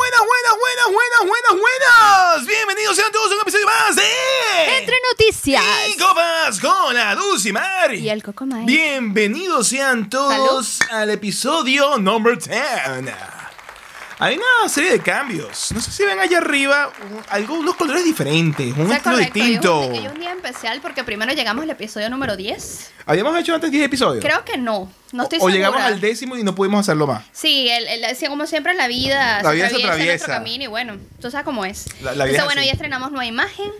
buenas, buenas, buenas, buenas. Bienvenidos sean todos a un episodio más de... Entre noticias. Y copas con la Dulcimar. Y el Coco Mai. Bienvenidos sean todos al episodio number 10. Hay una serie de cambios. No sé si ven allá arriba un- algo, unos colores diferentes, un O sea, estilo correcto, hoy es un- distinto. hoy es un día especial porque primero llegamos al episodio número 10. Habíamos hecho antes 10 episodios. Creo que no. No estoy o, o segura. llegamos al décimo y no pudimos hacerlo más. Sí, el- el- así como siempre la vida La vida se nuestro atraviesa. camino y bueno, tú sabes cómo es. La- la vida Entonces, es bueno, así. ya estrenamos nueva imagen,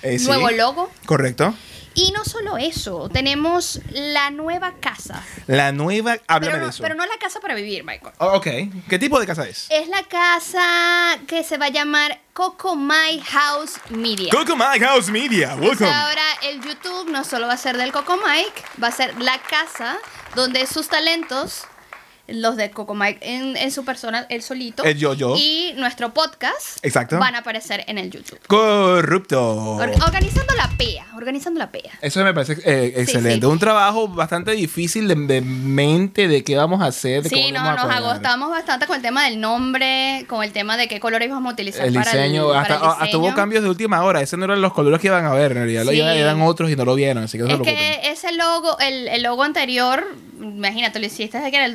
Eh, sí. nuevo logo Correcto. y no solo eso, tenemos la nueva casa. La nueva. Háblame Pero no, de eso. pero no la casa para vivir, Michael. Oh, ok. ¿Qué tipo de casa es? Es la casa que se va a llamar Coco My House Media. Coco My House Media. Entonces, Welcome. Ahora el YouTube no solo va a ser del Coco Mike, va a ser la casa donde sus talentos, los de Coco Mike en, en su persona, él solito, El yo-yo. y nuestro podcast Exacto. Oh. van a aparecer en el YouTube. Corrupto. Or- organizando la PEA, organizando la PEA. Eso me parece eh, excelente. sí. Un trabajo bastante difícil de, de mente de qué vamos a hacer. De cómo Sí, no, vamos a nos cuadrar. agotamos bastante con el tema del nombre, con el tema de qué colores vamos a utilizar El para diseño, el, hasta, para el ah, hasta hubo diseño. cambios de última hora. Esos no eran los colores que iban a ver, en realidad. Lo- Sí. Eran otros y no lo vieron, así que no se Es preocupen. que ese logo, el, el logo anterior, imagínate, lo hiciste desde que era el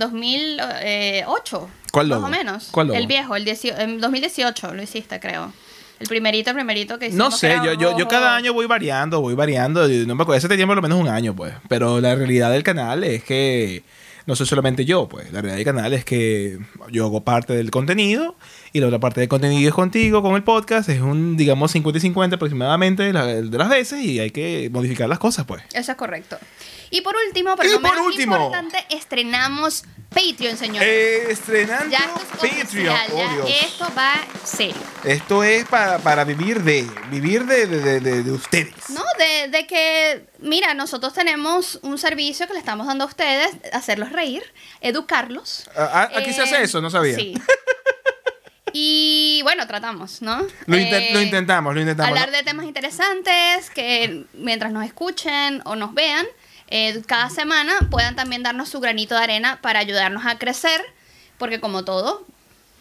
2008. ¿Cuál Más logo? o menos. ¿Cuál logo? El viejo, el diecio- en 2018 lo hiciste, creo. El primerito, el primerito que hicimos. No que sé, era yo, yo, yo rojo. cada año voy variando, voy variando. y No me acuerdo, ese tenía por lo menos un año, pues. Pero la realidad del canal es que no soy solamente yo, pues. La realidad del canal es que yo hago parte del contenido y la otra parte del contenido es contigo, con el podcast. Es un, digamos, 50 y 50 aproximadamente de la- de las veces y hay que modificar las cosas, pues. Eso es correcto. Y por último, pero Y no por menos último. importante, estrenamos Patreon, señores. estrenando ya esto es Patreon. oficial, oh, ya Dios. esto va serio. Esto es para, para vivir de, vivir de, de- de- de- de ustedes. No, de, de que, mira, nosotros tenemos un servicio que le estamos dando a ustedes, hacerlos reír, educarlos. Ah, ah, aquí se Eh, hace eso, no sabía. Sí. Y bueno, tratamos, ¿no? Lo, inte- Eh, lo intentamos, lo intentamos. Hablar de temas interesantes que mientras nos escuchen o nos vean, eh, cada semana puedan también darnos su granito de arena para ayudarnos a crecer, porque como todo,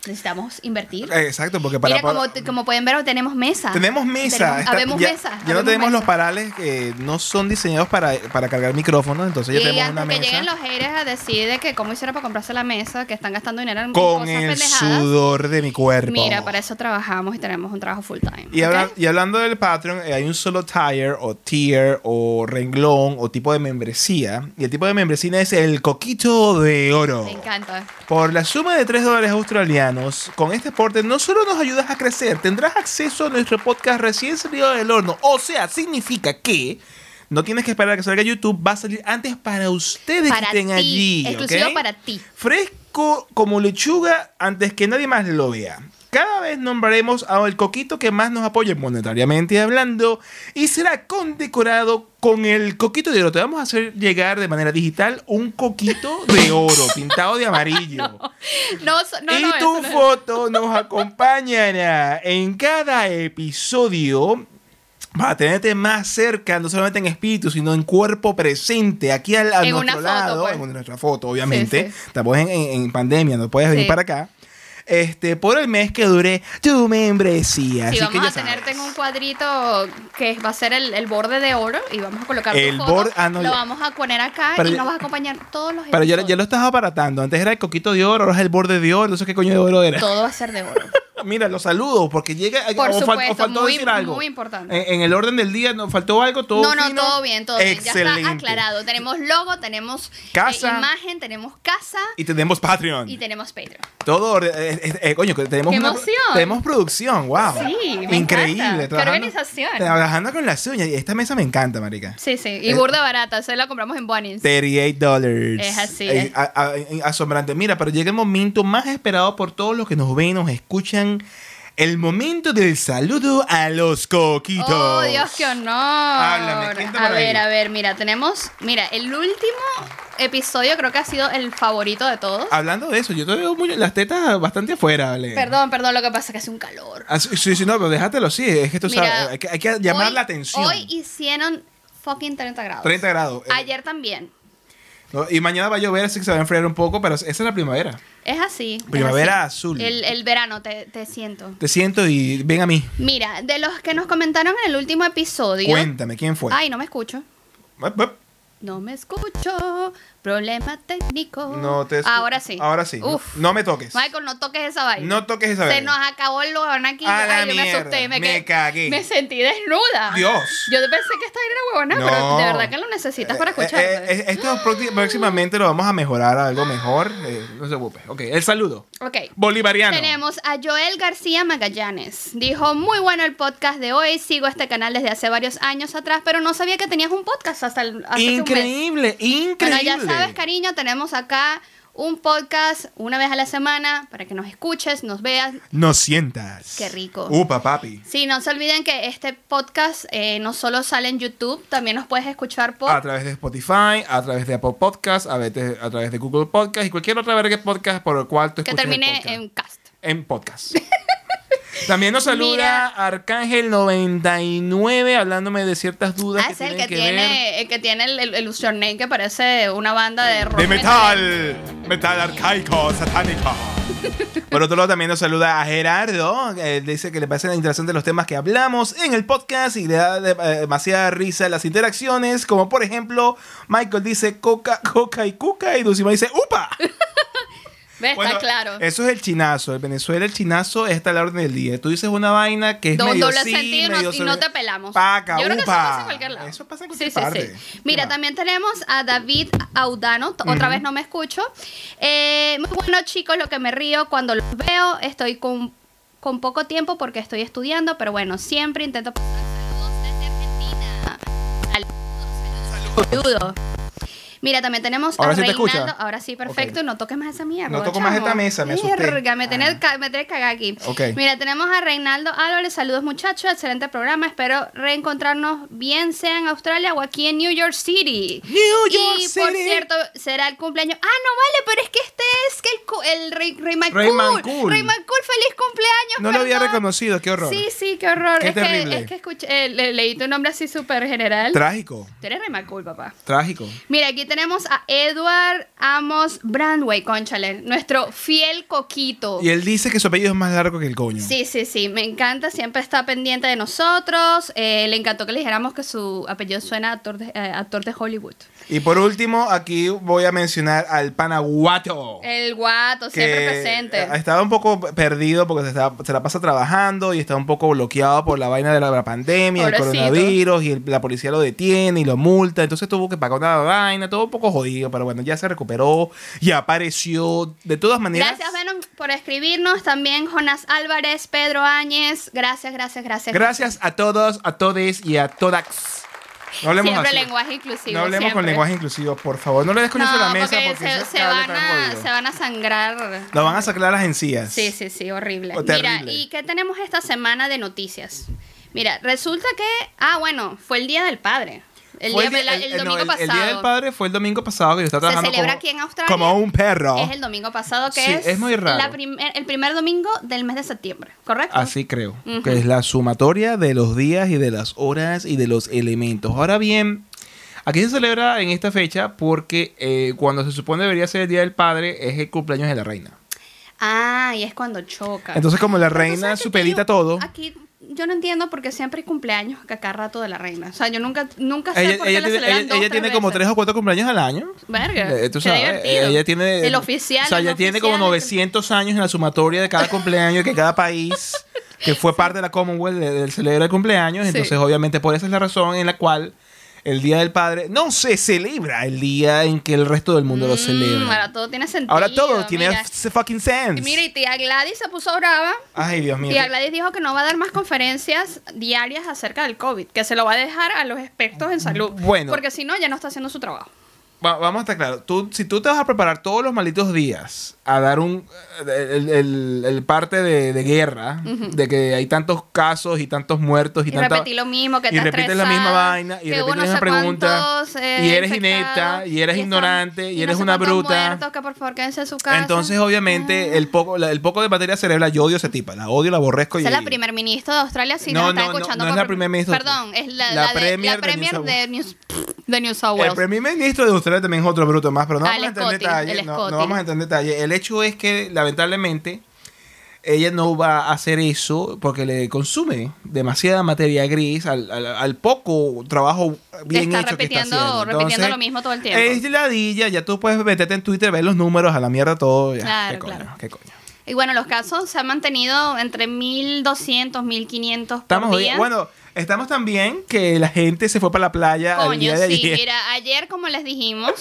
necesitamos invertir. Exacto, porque Eh, para, Mira, para- como, como pueden ver, tenemos mesa. tenemos mesa. Tenemos- está- habemos ya, mesa. ya no habemos tenemos los mesa. parales que no son diseñados para, para cargar micrófonos, entonces ya Y tenemos antes una que mesa. lleguen los haters a decir de que cómo hicieron para comprarse la mesa, que están gastando dinero en Con cosas el pendejadas. sudor de mi cuerpo. Mira, para eso trabajamos y tenemos un trabajo full time. Y, habla- ¿ok? y hablando del Patreon, eh, hay un solo tire o tier o renglón o tipo de membresía. Y el tipo de membresía es el coquito de oro. Me encanta. Por la suma de 3 dólares australianos, con este aporte no solo nos ayudas a crecer, tendrás acceso a nuestro podcast recién salido del horno. O sea, significa que no tienes que esperar a que salga a YouTube, va a salir antes para ustedes Para que ti. estén allí. Exclusivo ¿ok? para ti. Fresco como lechuga antes que nadie más lo vea. Cada vez nombraremos al coquito que más nos apoye monetariamente hablando y será condecorado con el coquito de oro. Te vamos a hacer llegar de manera digital un coquito de oro pintado de amarillo. No, so- no, y no, tu eso no es- foto nos acompañará en cada episodio. Para tenerte más cerca, no solamente en espíritu, sino en cuerpo presente, aquí al, a En nuestro una foto, lado, pues. en nuestra foto, obviamente. Sí, Estamos en, en- en pandemia, no puedes venir Sí. para acá. Este, por el mes que dure tu membresía. Sí, Así que vamos ya a tenerte sabes. en un cuadrito que va a ser el, el borde de oro y vamos a colocar El tu foto, borde- ah, no, lo ya. vamos a poner acá Pero y ya- nos vas a acompañar todos los Pero ya, ya episodios. lo estás aparatando. Antes era el coquito de oro, ahora es el borde de oro. Entonces, ¿qué coño de oro era? Todo va a ser de oro. Ah, Mira, los saludos, porque llega. Por o fal- o supuesto, faltó muy- decir algo. muy importante. En, en el orden del día, ¿no faltó algo? ¿Todo no, no, fino? todo bien, todo bien. Ya está Excelente. aclarado. Tenemos logo, tenemos eh, Casa. imagen, tenemos casa Y tenemos Patreon. y tenemos Patreon. todo orden. eh, eh, eh, coño, que tenemos. ¡Qué una- emoción! tenemos producción, wow. Sí, me Increíble. encanta. ¡Qué trabajando- organización! Trabajando con las uñas. Y esta mesa me encanta, marica. Sí, sí. Y Eh, burda barata, se la compramos en Bonnie's. 38 dólares. Es así, es. asombrante. Mira, pero llega el momento más esperado por todos los que nos ven, nos escuchan. El momento del saludo a los coquitos. Oh, Dios, qué honor. Háblame, cuéntame a por ahí. ver, a ver, mira, tenemos, mira, el último episodio creo que ha sido el favorito de todos. Hablando de eso, yo te veo muy, las tetas bastante afuera, Ale. Perdón, perdón, lo que pasa es que hace un calor. Ah, sí, sí, sí, no, pero déjatelo así. Es que tú Mira, sabes, hay que, hay que llamar hoy- la atención. Hoy hicieron fucking 30 grados. 30 grados. eh, Ayer también. No, Y mañana va a llover, así que se va a enfriar un poco, pero esa es la primavera. Es así. es Primavera así. azul. El, el verano, te, te siento. Te siento y ven a mí. Mira, de los que nos comentaron en el último episodio. Cuéntame, ¿quién fue? Ay, no me escucho. Bup, bup. No me escucho. Problema técnico. No te escu- Ahora sí. Ahora sí. Uf. No me toques. Michael, no toques esa vaina. No toques esa Se vaina. nos acabó el huevón aquí. A la Ay, yo me mierda. asusté. Me, Me qued- cagué. Me sentí desnuda. Dios. Yo pensé que esta era huevona, pero de verdad que lo necesitas para Eh, eh, escuchar. pues. eh, esto próxim- próximamente lo vamos a mejorar a algo mejor. eh, no se preocupe. Ok, el saludo. ok. Bolivariano. Tenemos a Joel García Magallanes. Dijo, muy bueno el podcast de hoy. Sigo este canal desde hace varios años atrás, pero no sabía que tenías un podcast hasta el hasta hace un mes". Increíble, Bueno, increíble. ya sabes, cariño, tenemos acá un podcast una vez a la semana para que nos escuches, nos veas. No sientas. Qué rico. Upa, papi. Sí, no se olviden que este podcast eh, no solo sale en YouTube, también nos puedes escuchar por... A través de Spotify, a través de Apple Podcast, a veces- a través de Google Podcast y cualquier otra verga de podcast por el cual tú que escuches el termine podcast. en cast. en podcast. También nos saluda Arcángel99 hablándome de ciertas dudas. Ah, es el tienen que, ver tiene, el que tiene el, el, el username que parece una banda de rock. De metal, metal arcaico, satánico. Por otro lado, también nos saluda a Gerardo. eh, dice que le parecen interesantes los temas que hablamos en el podcast y le da de- eh, demasiada risa las interacciones. Como por ejemplo, Michael dice coca, coca y cuca, y Dulcima dice upa. ¿Ves? Bueno, Está claro. Eso es el chinazo. En Venezuela, el chinazo es la orden del día. Tú dices una vaina que es Do- medio doble sí, sentido no- medio y no sobre- te pelamos. Paca, Yo creo que eso upa. pasa en cualquier lado. Eso pasa en cualquier Sí, sí, parte. sí. ¿Qué Mira, más? también tenemos a David Audano. T- Otra vez no me escucho. Eh, muy bueno, chicos, lo que me río cuando los veo. Estoy con, con poco tiempo porque estoy estudiando, pero bueno, siempre intento pasar saludos desde Argentina. Saludos, saludos, saludos. Mira, también tenemos Ahora a sí te Reinaldo. escucha. Ahora sí, perfecto. No toques más esa mierda. No toco más chamo. esta mesa, me asusté. Verga, me tenés Ah. ca- me tenés cagada aquí. Ok. Mira, tenemos a Reinaldo Álvarez. Saludos, muchachos. Excelente programa. Espero reencontrarnos bien, sea en Australia o aquí en New York City. New York y, por City. cierto, será el cumpleaños. Ah, no vale, pero es que este es que el, cu- el Rey, Rey McCool. Rey McCool. Rey McCool, feliz cumpleaños. No lo había perdón. reconocido, qué horror. Sí, sí, qué horror. Qué es, terrible. Que, es que escuché, eh, le- leí tu nombre así súper general. Trágico, Tú eres Rey McCool, papá. trágico. Mira, aquí tenemos a Edward Amos Brandway, conchale, nuestro fiel coquito. Y él dice que su apellido es más largo que el coño. Sí, sí, sí, me encanta, siempre está pendiente de nosotros. eh, le encantó que le dijéramos que su apellido suena a actor de, eh, actor de Hollywood. Y por último, aquí voy a mencionar al panaguato. El guato, Eh, siempre presente. Estaba un poco perdido porque se, está- se la pasa trabajando y está un poco bloqueado por la vaina de la, la pandemia, el Pobrecito. coronavirus y el- la policía lo detiene y lo multa. Entonces tuvo que pagar una vaina, todo un poco jodido, pero bueno, ya se recuperó y apareció. De todas maneras. Gracias, Venom, por escribirnos. También Jonas Álvarez, Pedro Áñez. Gracias, gracias, gracias. Gracias a todos, a todes y a todas. No hablemos Siempre así. lenguaje inclusivo. No hablemos siempre. con lenguaje inclusivo, por favor. No le des con eso a la No, mesa porque, porque, se, ese se cable van está a, jodido. se van a sangrar. Lo van a sacar las encías. Sí, sí, sí, horrible. O Mira, terrible. ¿y qué tenemos esta semana de noticias? Mira, resulta que, ah, bueno, fue el Día del Padre. El, Fue día, el, el no, domingo el- pasado. El día del padre fue el domingo pasado que yo estaba Se trabajando celebra como, aquí en Australia. como un perro. Es el domingo pasado que Sí, es, es muy raro. la primer- el primer domingo del mes de septiembre, ¿correcto? Así creo, que es la sumatoria de los días y de las horas y de los elementos. Ahora bien, aquí se celebra en esta fecha porque eh, cuando se supone debería ser el Día del Padre es el cumpleaños de la reina. Ah, y es cuando choca. Entonces como la Pero tú reina sabes que supedita aquí- todo, Aquí yo no entiendo porque siempre hay cumpleaños a cada rato de la reina. O sea, yo nunca, nunca sé ella, por qué ella la tiene, celebran ella- dos, ella tiene como veces. tres o cuatro cumpleaños al año. Verga. Eh, tú qué sabes, divertido. ella tiene El oficial. O sea, el ella no tiene como oficial, el- 900 años en la sumatoria de cada cumpleaños que cada país que fue parte de la Commonwealth de- del celebrar el cumpleaños. Sí. Entonces, obviamente, por esa es la razón en la cual el Día del Padre no se celebra el día en que el resto del mundo lo Mm, celebra. Ahora todo tiene sentido. Ahora todo tiene mira. f- fucking sense. Y Mira, y tía Gladys se puso brava. Ay, Dios mío. Tía Gladys dijo que no va a dar más conferencias diarias acerca del COVID, que se lo va a dejar a los expertos en salud. Bueno. Porque si no, ya no está haciendo su trabajo. Va- vamos a estar claro. Tú, si tú te vas a preparar todos los malditos días a dar un eh, el, el- el parte de, de guerra, de que hay tantos casos y tantos muertos y, Y, tanta- repetir lo mismo, que y te repites la misma vaina y repites la misma pregunta eh, y eres inepta y eres ignorante y, eres una bruta. que por favor quédense en su casa. Entonces, obviamente, Ah. el poco la- el poco de materia cerebral yo odio a esa tipa, la odio, la aborrezco Esa y es la primer ministra de Australia, si No, nos está no, no, escuchando. no es por la primer ministra. Perdón, es la, La la de- premier la de premier New South- de News. de New South El Wales. primer ministro de Australia también es otro bruto más, pero no Oh, Ah, vamos a el entrar en Scotty, detalle. el No, no Scotty. vamos a entrar en detalle. El hecho es que, lamentablemente, ella no va a hacer eso porque le consume demasiada materia gris al, al- al poco trabajo bien Está hecho repitiendo- que está haciendo. repitiendo lo mismo todo el tiempo. Es ladilla, ya tú puedes meterte en Twitter, ver los números, a la mierda todo. ya, Claro, qué coño, claro. qué coño. Y bueno, los casos se han mantenido entre 1200, 1500 Estamos por jodidos. día. Bueno, estamos tan bien que la gente se fue para la playa al Coño, día de sí, ayer. mira, ayer como les dijimos,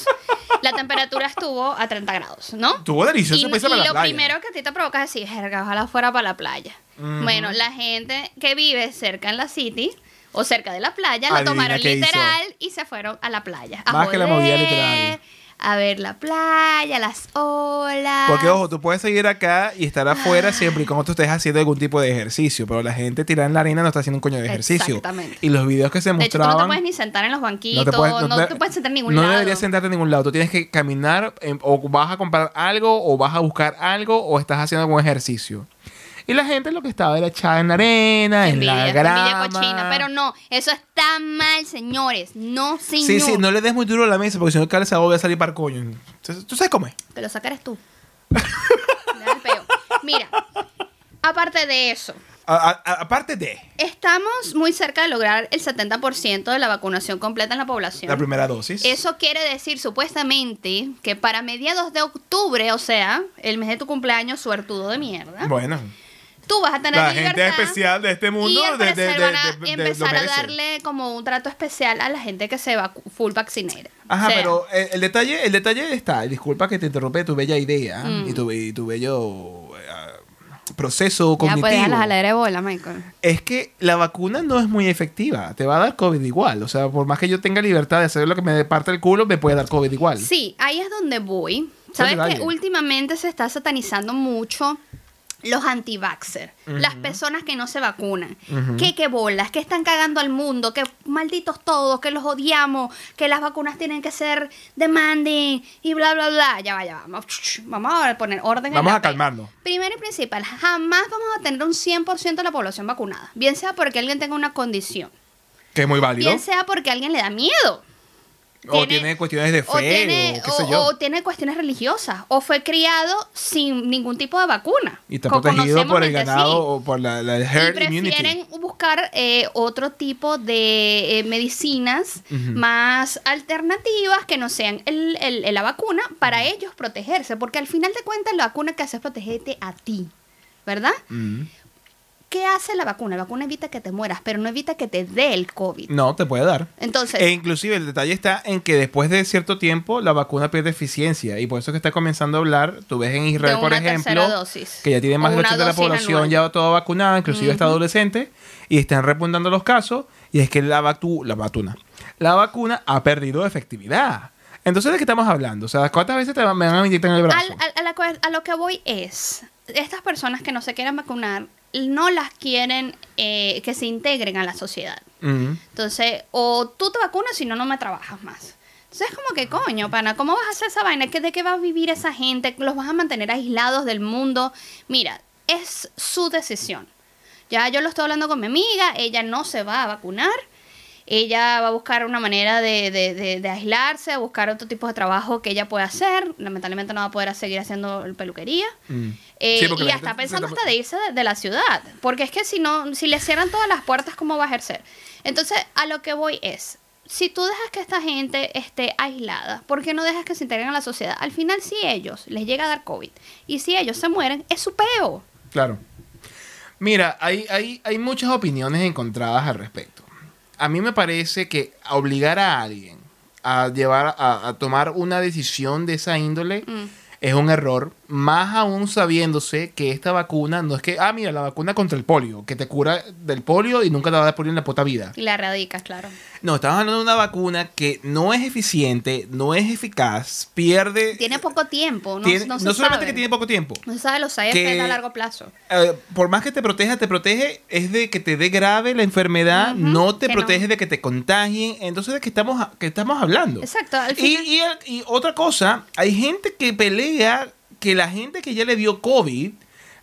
la temperatura estuvo a 30 grados, ¿no? Estuvo delicioso y, para irse para y la lo playa. primero que a ti te provoca es decir, "Jerga, ojalá fuera para la playa. Ujú. Bueno, la gente que vive cerca en la city o cerca de la playa la Adivina tomaron qué hizo. literal y se fueron a la playa. A Más que la movida joder, literal. A ver la playa, las olas. Porque, ojo, tú puedes seguir acá y estar Ah. afuera siempre y cuando tú estés haciendo algún tipo de ejercicio. Pero la gente tirada en la arena no está haciendo un coño de ejercicio. Exactamente. Y los videos que se de hecho, tú no te mostraban. puedes ni sentar en los te banquitos, no te puedes, te- sentar en ningún no lado. deberías sentarte en ningún lado. Tú tienes que caminar em, o vas a comprar algo o vas a buscar algo o estás haciendo algún ejercicio. Y la gente lo que estaba era echada en la arena, en la Envidia, envidia grama. cochina. Pero no, eso está mal, señores. No, señor. Sí, sí, no le des muy duro a la mesa porque si no, Carlos se va a volver a salir para el coño. Entonces, ¿Tú sabes cómo es? Que lo sacaras tú. Le da el peo. Mira, aparte de eso, A- a- a- aparte de estamos muy cerca de lograr el 70% de la vacunación completa en la población. la primera dosis. Eso quiere decir supuestamente que para mediados de octubre, o sea, el mes de tu cumpleaños, suertudo de mierda, Bueno. tú vas a tener la libertad. gente especial de este mundo y al de, de, parecer de- van a de- de- empezar lo a merece. darle como un trato especial a la gente que se va full vaccinera. Ajá, O sea, pero el, el detalle el detalle está, y disculpa que te interrumpe tu bella idea Mm. y, tu, y tu bello eh, proceso Ya pues, cognitivo. puedes dejar la jaladera de bola, Michael. es que la vacuna no es muy efectiva, te va a dar COVID igual, o sea, por más que yo tenga libertad de hacer lo que me dé parte el culo, me puede dar COVID igual. Sí, ahí es donde voy. ¿Cuál Sabes detalle? que últimamente se está satanizando mucho los anti vaxxer las personas que no se vacunan. Que qué bolas, que están cagando al mundo, que malditos todos, que los odiamos, que las vacunas tienen que ser demanding y bla bla bla. Ya va, ya va. Vamos, vamos a poner orden. en Vamos la a pena. calmarnos. Primero y principal, jamás vamos a tener un 100% de la población vacunada, bien sea porque alguien tenga una condición, Que es muy válido. bien sea porque a alguien le da miedo. o tiene- tiene cuestiones de fe, o, O tiene, qué o- sé yo. o tiene cuestiones religiosas. O fue criado sin ningún tipo de vacuna. y está Co- protegido conocemos por el gente así. ganado o por la, la Y herd immunity. prefieren buscar eh, otro tipo de eh, medicinas Ujú. más alternativas que no sean el- el- la vacuna para ellos protegerse. Porque al final de cuentas la vacuna que hace es protegerte a ti, ¿verdad? Mm. ¿Qué hace la vacuna? La vacuna evita que te mueras, pero no evita que te dé el COVID. No, te puede dar. Entonces, E inclusive el detalle está en que después de cierto tiempo la vacuna pierde eficiencia y por eso que está comenzando a hablar, tú ves en Israel De por una tercera ejemplo, dosis. que ya tiene más O del una 80% de la dosis población anual. ya toda vacunada, inclusive hasta adolescente, y están repuntando los casos y es que la, vacu- la vacuna, la vacuna ha perdido efectividad. Entonces, ¿de qué estamos hablando? O sea, ¿cuántas veces te van- me van a inyectar en el brazo? Al- al- a, la cual- a lo que voy es, estas personas que no se quieren vacunar, no las quieren eh, que se integren a la sociedad. Mm. Entonces, o tú te vacunas, si no, no me trabajas más. Entonces es como que, coño, pana, ¿cómo vas a hacer esa vaina? ¿Qué- ¿De qué va a vivir esa gente? ¿Los vas a mantener aislados del mundo? Mira, es su decisión. Ya yo lo estoy hablando con mi amiga, ella no se va a vacunar, ella va a buscar una manera de, de- de- de aislarse, a buscar otro tipo de trabajo que ella pueda hacer. Lamentablemente no va a poder seguir haciendo peluquería. Mm. Eh, Sí, porque y la hasta gente- pensando hasta de irse de, de la ciudad. Porque es que si no, si le cierran todas las puertas, ¿cómo va a ejercer? Entonces, a lo que voy es, si tú dejas que esta gente esté aislada, ¿por qué no dejas que se integren a la sociedad? Al final, si ellos les llega a dar COVID y si ellos se mueren, es su peo. Claro. Mira, hay, hay, hay muchas opiniones encontradas al respecto. A mí me parece que obligar a alguien a llevar a, a tomar una decisión de esa índole Mm. es un error, más aún sabiéndose que esta vacuna no es que, ah, mira, la vacuna contra el polio, que te cura del polio y nunca te va a dar polio en la puta vida. Y la radicas, claro. No, estamos hablando de una vacuna que no es eficiente, no es eficaz, pierde... Tiene poco tiempo, no, tiene- no se solamente sabe. que tiene poco tiempo. No se sabe los side que- effects a largo plazo. Eh, por más que te proteja, te protege, es de que te dé grave la enfermedad, Ujú, no te que protege no. de que te contagien. Entonces, ¿de qué estamos, que estamos hablando? Exacto, al Y, final- y el- y otra cosa, hay gente que pelea que la gente que ya le dio COVID,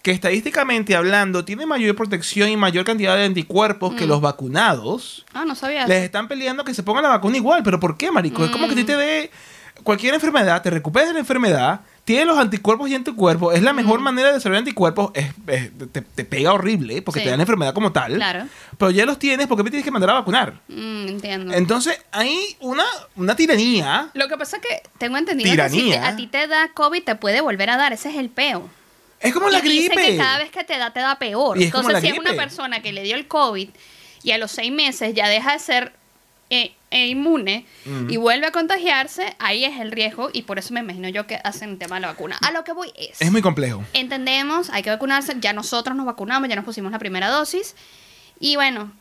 que estadísticamente hablando tiene mayor protección y mayor cantidad de anticuerpos Mm. que los vacunados, Ah, no sabía. les están peleando que se pongan la vacuna igual. ¿Pero por qué, marico? Es como que a ti Mm. te dé cualquier enfermedad, te recuperes de la enfermedad, tienes los anticuerpos y en tu cuerpo. Es la mejor Mm. manera de desarrollar anticuerpos. Es, es- te, te pega horrible porque Sí. te da la enfermedad como tal. Claro. Pero ya los tienes, ¿por qué me tienes que mandar a vacunar? Mm, entiendo. Entonces hay una, una tiranía. Lo que pasa es que tengo entendido que si Tiranía. te- a ti te da COVID te puede volver a dar, ese es el peo. Es como la y dicen gripe. que cada vez que te da te da peor. Y es como Entonces, la si es una gripe. persona que le dio el COVID y a los seis meses ya deja de ser eh, eh, inmune Mm. y vuelve a contagiarse, ahí es el riesgo y por eso me imagino yo que hacen el tema de la vacuna. A lo que voy es, Es muy complejo. entendemos, hay que vacunarse, ya nosotros nos vacunamos, ya nos pusimos la primera dosis y bueno,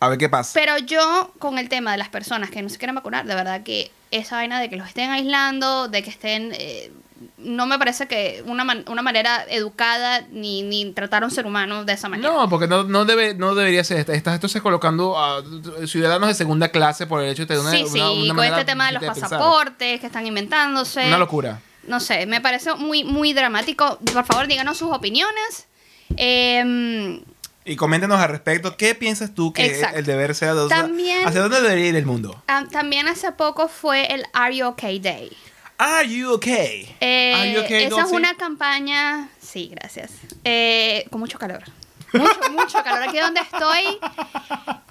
A ver qué pasa. pero yo, con el tema de las personas que no se quieren vacunar, de verdad que esa vaina de que los estén aislando, de que estén. eh, no me parece que una, man- una manera educada ni, ni tratar a un ser humano de esa manera. No, porque no, no, debe, no debería ser. esta- Estás entonces colocando a ciudadanos de segunda clase por el hecho de tener una, sí, sí, una- una con manera este tema de los distinta pensar. pasaportes que están inventándose. Una locura. No sé, me parece muy, muy dramático. Por favor, díganos sus opiniones. Em, Y coméntanos al respecto. ¿Qué piensas tú que Exacto. el deber sea de o sea, También- ¿Hacia dónde debería ir el mundo? ah, también hace poco fue el Are You Okay Day. ¿Are you okay? Eh, Are you okay, esa es Dulce? una campaña. Sí, gracias. Eh, con mucho calor. Mucho, mucho calor. Aquí donde estoy,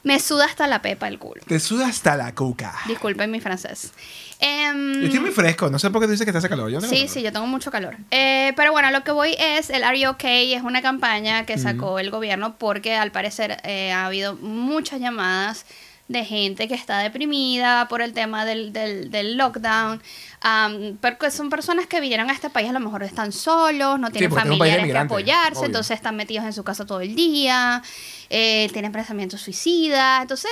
me suda hasta la pepa el culo. Te suda hasta la cuca. Disculpen mi francés. Em, Yo estoy muy fresco. No sé por qué tú dices que te hace calor. Yo no tengo Sí, calor. sí, yo tengo mucho calor. Eh, pero bueno, lo que voy es, el Are You Okay es una campaña que sacó el gobierno porque al parecer eh, ha habido muchas llamadas de gente que está deprimida por el tema del, del- del lockdown, am, porque son personas que vinieron a este país, a lo mejor están solos, no tienen porque este es un país de familiares que migrantes, apoyarse, obvio. entonces están metidos en su casa todo el día, eh, tienen pensamientos suicidas, entonces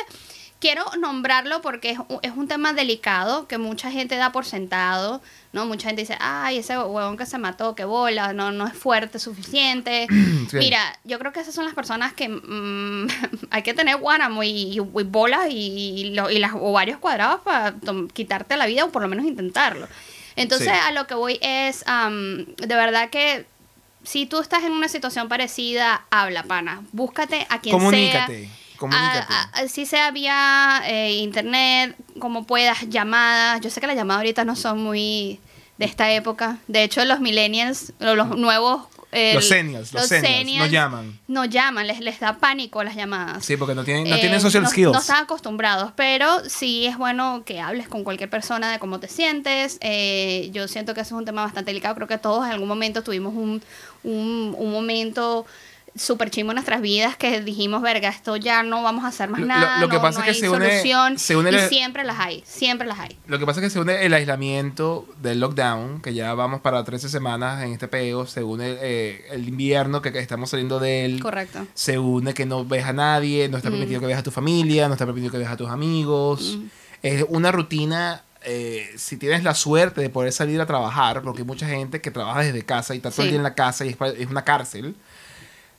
quiero nombrarlo porque es un, es un tema delicado que mucha gente da por sentado, ¿no? Mucha gente dice, ay, ese huevón que se mató, que bola, no, no es fuerte suficiente. Sí. Mira, yo creo que esas son las personas que mm, hay que tener guáramo y, y- y bolas y, y lo- y las ovarios cuadrados para tom- quitarte la vida o por lo menos intentarlo. Entonces, Sí. a lo que voy es, am, de verdad que si tú estás en una situación parecida, habla, pana. Búscate a quien sea. Ah, Comunícate. Comunícate. A- a- si sea vía eh, internet, como puedas, llamadas. Yo sé que las llamadas ahorita no son muy de esta época. De hecho, los millennials, o los nuevos... eh, Los seniors, los seniors, no llaman. No llaman, les, les da pánico las llamadas. Sí, porque no tienen, no Eh, tienen social no- skills. No están acostumbrados, pero sí es bueno que hables con cualquier persona de cómo te sientes. Eh, yo siento que eso es un tema bastante delicado. Creo que todos en algún momento tuvimos un, un, un momento súper chimo en nuestras vidas que dijimos, verga, esto ya no vamos a hacer más Lo- nada. lo que no- pasa es no que hay se une- solución. se une y el- siempre las hay, siempre las hay. Lo que pasa es que se une el aislamiento del lockdown, que ya vamos para 13 semanas en este peo, se une eh, el invierno que que estamos saliendo de él, Correcto. se une que no ves a nadie, no está Mm. permitido que veas a tu familia, no está permitido que veas a tus amigos. Es una rutina, eh, si tienes la suerte de poder salir a trabajar, porque hay mucha gente que trabaja desde casa y está todo el Sí. día en la casa y es, pa- es una cárcel,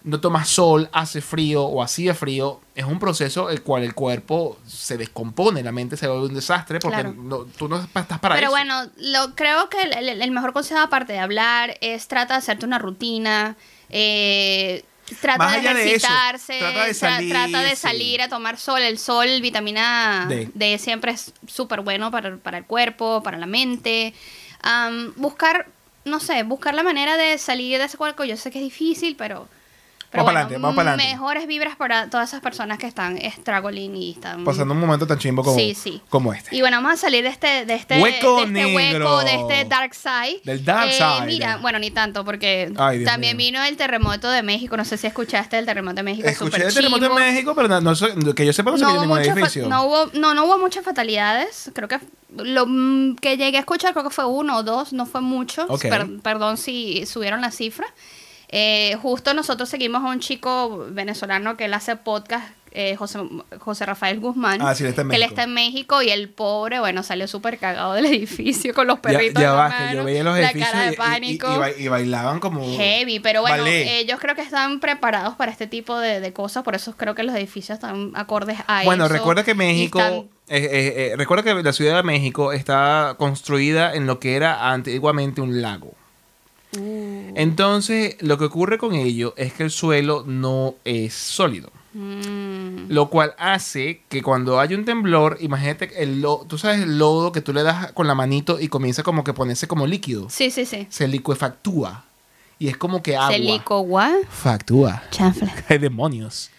no tomas sol, hace frío o hacía frío, es un proceso el cual el cuerpo se descompone, la mente se vuelve un desastre porque Claro. no- tú no estás para Pero eso. bueno, lo, creo que el, el- el mejor consejo aparte de hablar es trata de hacerte una rutina. eh, Trata Más de allá de eso, ejercitarse, trata de tra- salir, trata de sí. salir a tomar sol. El sol, vitamina D. D, siempre es súper bueno para, para el cuerpo, para la mente. Am, buscar, no sé, buscar la manera de salir de ese cuerpo. Yo sé que es difícil, pero, pero Vamos pa'lante, vamos pa'lante. mejores vibras para todas esas personas que están struggling y están Pasando un momento tan chimbo como, Sí, sí. como este. y bueno, vamos a salir de este, de este, Hueco de este negro. hueco, de este dark side. Del dark Eh, side. Mira, bueno, ni tanto, porque Ay, Dios también mío. vino el terremoto de México. No sé si escuchaste el terremoto de México. Escuché súper el terremoto en chivo. México, pero no- no sé- que yo sepa no se No cayó hubo, ningún muchas fa- edificio. no, hubo, no, no hubo muchas fatalidades. Creo que lo mm, que llegué a escuchar, creo que fue uno o dos, no fue mucho. Ok. Per- perdón si subieron la cifra. Eh, justo nosotros seguimos a un chico venezolano que él hace podcast, eh, José, José Rafael Guzmán. Ah, sí, él está en que él México. está en México y el pobre, bueno, salió súper cagado del edificio con los Ya- perritos. ya en la va, que mano, yo veía los la edificios cara y- de y- pánico. Y, y ba- y bailaban como... Heavy, pero bueno, ballet. ellos creo que están preparados para este tipo de, de cosas, por eso creo que los edificios están acordes a Bueno, eso. recuerda que Y México... están- eh, eh, eh, recuerda que la Ciudad de México está construida en lo que era antiguamente un lago. Uh. Entonces, lo que ocurre con ello es que el suelo no es sólido. Mm. Lo cual hace que cuando hay un temblor, imagínate, el lo- tú sabes el lodo que tú le das con la manito y comienza como que ponerse como líquido. Sí, sí, sí. Se liquefactúa. Y es como que agua. Se licogua. Factúa. Chanfle. ¡Qué demonios!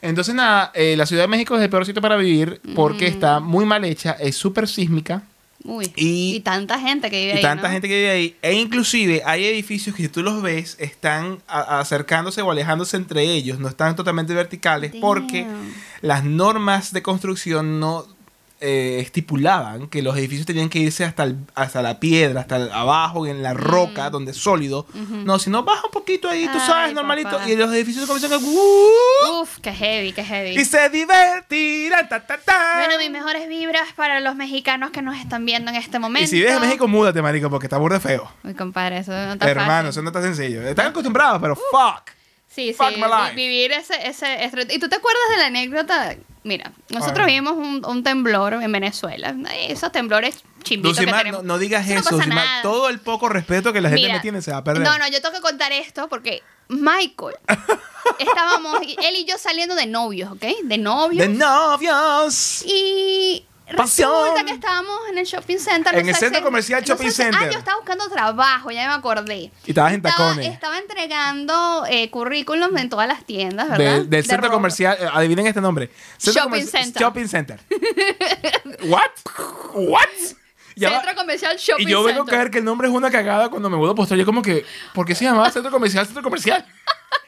Entonces, nada, eh, la Ciudad de México es el peor sitio para vivir porque está muy mal hecha, es súper sísmica. Uy. Y- Y, tanta gente que vive Y ahí. tanta ¿no? gente que vive ahí. E inclusive hay edificios que si tú los ves están a- acercándose o alejándose entre ellos. No están totalmente verticales porque Damn. las normas de construcción no eh, estipulaban que los edificios tenían que irse hasta, el- hasta la piedra, hasta el- abajo, en la Mm. roca, donde es sólido. No, sino baja un poquito ahí, tú Ay, sabes, normalito. papá. Y los edificios comienzan a... Uf, qué heavy, qué heavy. Y se divertirán. ta, ta, ta. Bueno, mis mejores vibras para los mexicanos que nos están viendo en este momento. y si vives en México, múdate, marico, porque está burda de feo. Uy, compadre, eso no está Hermano, eso fácil. no está sencillo. Están acostumbrados, pero fuck. Sí, fuck sí, my life. vi- vivir ese, ese estro- ¿Y tú te acuerdas de la anécdota? Mira, nosotros Ay. vivimos un, un temblor en Venezuela. Ay, esos temblores chimbitos que Lucimar, no, tenemos. no digas eso, pasa Lucimar. nada. Todo el poco respeto que la gente Mira, me tiene se va a perder. No, no, yo tengo que contar esto porque Michael, estábamos, y- él y yo saliendo de novios, ¿ok? De novios. De novios. Y Pasión. resulta que estábamos en el shopping center. En no el sé centro si- comercial no shopping sé si- center. Ah, yo estaba buscando trabajo, ya me acordé. Y estabas en tacones. Estaba entregando eh, currículum en todas las tiendas, De- ¿verdad? del De centro ropa. comercial. eh, adivinen este nombre. Shopping comerci- center. Shopping center. What? What? Ya va. Centro comercial shopping Y yo vengo a center. caer que el nombre es una cagada cuando me vuelvo posterior. Yo como que, ¿por qué se llamaba centro comercial? Centro comercial.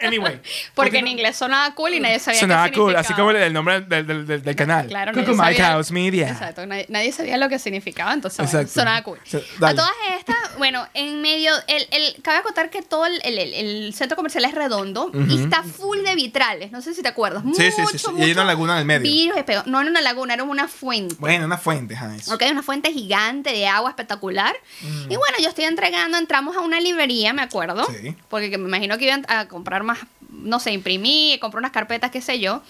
Anyway. Porque en continúa. inglés sonaba cool y nadie sabía Sonaba qué cool, así significaba. como el, el nombre del, del- del- del canal. Claro, Cuckoo nadie Mike sabía- House Media. Exacto, nadie, nadie sabía lo que significaba, entonces bueno, Exacto. sonaba cool. Se- A dale. todas estas, bueno, en medio, el, el- cabe acotar que todo el, el- el- el centro comercial es redondo y está full de vitrales, no sé si te acuerdas. mucho, Sí, sí, sí, sí. Y hay mucho una laguna en el medio. Virus, espejo. No era una laguna, era una fuente. Bueno, una fuente, Hans. Ok, una fuente gigante de agua espectacular. Mm. Y bueno, yo estoy entregando, entramos a una librería, me acuerdo. Sí. Porque que me imagino que iban a comprar más, no sé, imprimí, compré unas carpetas, qué sé yo.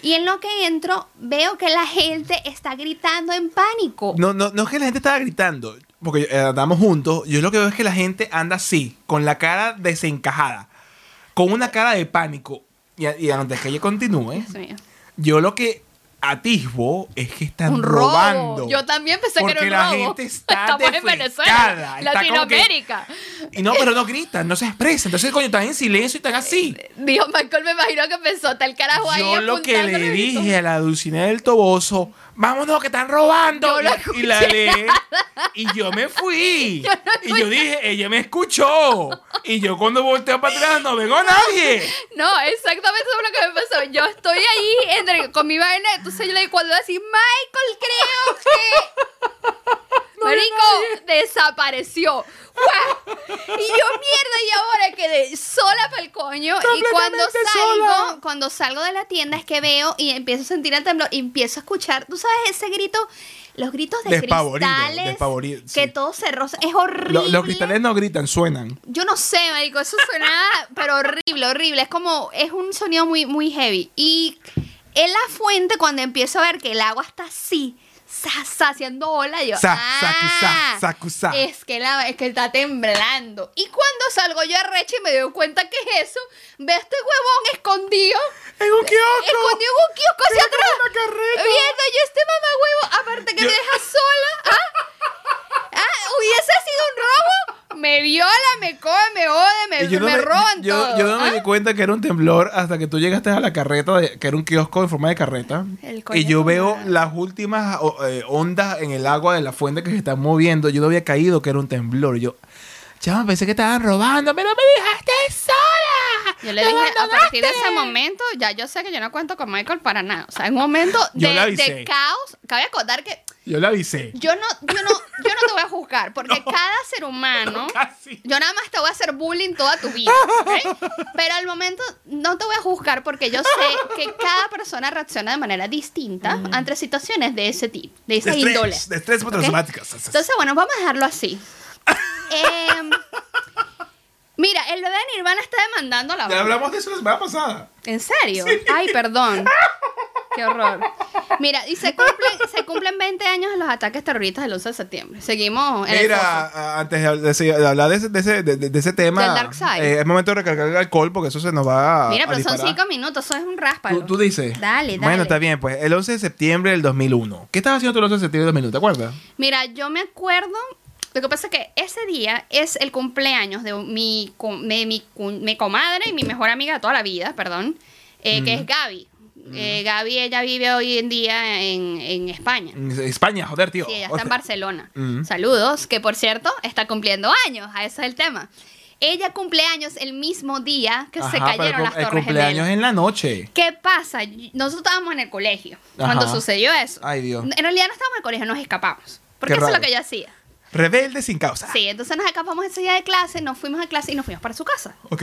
Y en lo que entro, veo que la gente está gritando en pánico. No, no, no es que la gente estaba gritando, porque eh, andamos juntos. Yo lo que veo es que la gente anda así, con la cara desencajada, con una cara de pánico. Y, a- y antes que ella continúe, Dios mío. yo lo que atisbo es que están Un robo. robando. Yo también pensé Porque que era un la robo. gente está Estamos en defecada, Venezuela, está como Latinoamérica. Y no, pero no gritan, no se expresan. Entonces, coño, están en silencio y están así. Dijo Michael, me imagino que pensó, está el carajo ahí Yo lo que apuntándole le y dijo, dije a la Dulcinea del Toboso, vámonos que están robando. Yo lo y, y la escuché. leí. Y yo me fui. Yo no y yo dije, ella me escuchó. Y yo cuando volteo para atrás no veo a nadie. No, exactamente eso es lo que me pasó. Yo estoy ahí entre, con mi vaina, entonces yo le digo cuando así, Michael, creo que. Marico desapareció. ¡Guau! Y yo, mierda, y ahora quedé sola para el coño. Y cuando Completamente salgo, sola. cuando salgo de la tienda es que veo y empiezo a sentir el temblor y empiezo a escuchar, tú sabes, ese grito, los gritos de Despavorido, cristales. despavorido, sí. Que todo se roza. Es horrible. Lo- los cristales no gritan, suenan. Yo no sé, marico, eso suena, pero horrible, horrible. Es como, es un sonido muy, muy heavy. Y en la fuente, cuando empiezo a ver que el agua está así, sa, sa, haciendo ola, yo, Sa, sa, cu, ah, sa, sa, cu, sa. es que la, es que está temblando. Y cuando salgo yo arrecha y me doy cuenta que es eso, ve a este huevón escondido, En un kiosco. escondido en un kiosco hacia Mira atrás. cómo la carreta. Mierda, yo este mamá huevo, aparte que Yo- me deja sola, ¿ah? ¿Ah? ¿Hubiese sido un robo? Me viola, me come, me ode, me, Y yo no me, roban yo- todo. yo no me ¿ah? di cuenta que era un temblor hasta que tú llegaste a la carreta, de- que era un kiosco en forma de carreta. El coño Y yo de tu veo madre. las últimas o- eh, ondas en el agua de la fuente que se están moviendo. Yo no había caído que era un temblor. Yo, chaval, pensé que estaban robando, pero me dejaste sola. Yo le Me dije, a abandonaste". partir de ese momento, ya yo sé que yo no cuento con Michael para nada. O sea, en un momento Yo de, le avisé. de caos, cabe acordar que Yo le avisé. yo no, yo no, yo no te voy a juzgar, porque cada ser humano, Casi. yo nada más te voy a hacer bullying toda tu vida, ¿ok? Pero al momento no te voy a juzgar porque yo sé que cada persona reacciona de manera distinta ante situaciones de ese tipo, de esa índole. Estrés, de estrés postraumáticas. Entonces, bueno, vamos a dejarlo así. Em, mira, el bebé de Nirvana está demandando a la Ya banda. hablamos de eso la semana pasada. ¿En serio? Ay, perdón. Qué horror. Mira, y se cumplen, se cumplen 20 años de los ataques terroristas del 11 de septiembre. Seguimos en el Mira, foso. a- antes de, de- de hablar de ese, de ese- de- de- de ese tema, Del dark side. eh, es momento de recargar el alcohol porque eso se nos va a. Mira, a pero son disparar. 5 minutos, eso es un ¿Tú, ráspalo. tú dices. Dale, dale. Bueno, está bien, pues el 11 de septiembre del 2001. ¿Qué estabas haciendo tú el 11 de septiembre del 2001? ¿Te acuerdas? Mira, yo me acuerdo. Lo que pasa es que ese día es el cumpleaños de mi, co- de mi, cu- mi comadre y mi mejor amiga de toda la vida, perdón, eh, que Mm. es Gaby. Eh, Gaby, ella vive hoy en día en, en España. En España, joder, tío. Sí, ella está Joder. en Barcelona. Mm. Saludos, que por cierto está cumpliendo años, a eso es el tema. Ella cumple años el mismo día que se Ajá, pero cayeron el, las cum- el torres cumpleaños gemelas. en la noche. ¿Qué pasa? Y- Nosotros estábamos en el colegio Ajá. cuando sucedió eso. Ay, Dios. En realidad no estábamos en el colegio, nos escapamos. Porque Qué eso es lo raro. que yo hacía. Rebelde sin causa. Sí, entonces nos escapamos ese día de clase, nos fuimos a clase y nos fuimos para su casa. Ok.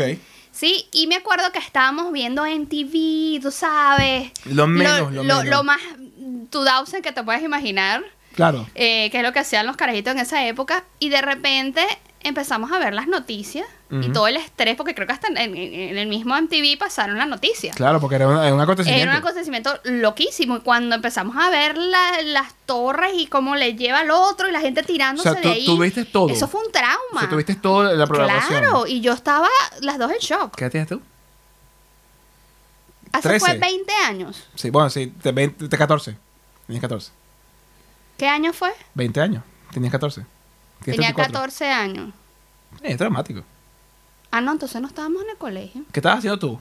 Sí, y me acuerdo que estábamos viendo en TV, tú sabes. Lo menos, lo menos. lo más 2000 que te puedes imaginar Claro. eh, que es lo que hacían los carajitos en esa época, y de repente empezamos a ver las noticias y Ujú. todo el estrés, porque creo que hasta en, en- en el mismo MTV pasaron las noticias. Claro, porque era una- era un acontecimiento. Era un acontecimiento loquísimo y cuando empezamos a ver la- las torres y cómo le lleva al otro y la gente tirándose O sea, tú- de ahí. tú viste todo. Eso fue un trauma. O sea, tuviste toda la programación. Claro, y yo estaba las dos en shock. ¿Qué edad tienes tú? Hace fue 13. 20 años. Sí, bueno, sí, te, 20, te 14. Tenías 14. ¿Qué año fue? 20 años. Tenías 14. Tienes Tenía 34. 14 años. Sí, es Eh, dramático. Ah, no, entonces no estábamos en el colegio. ¿Qué estabas haciendo tú?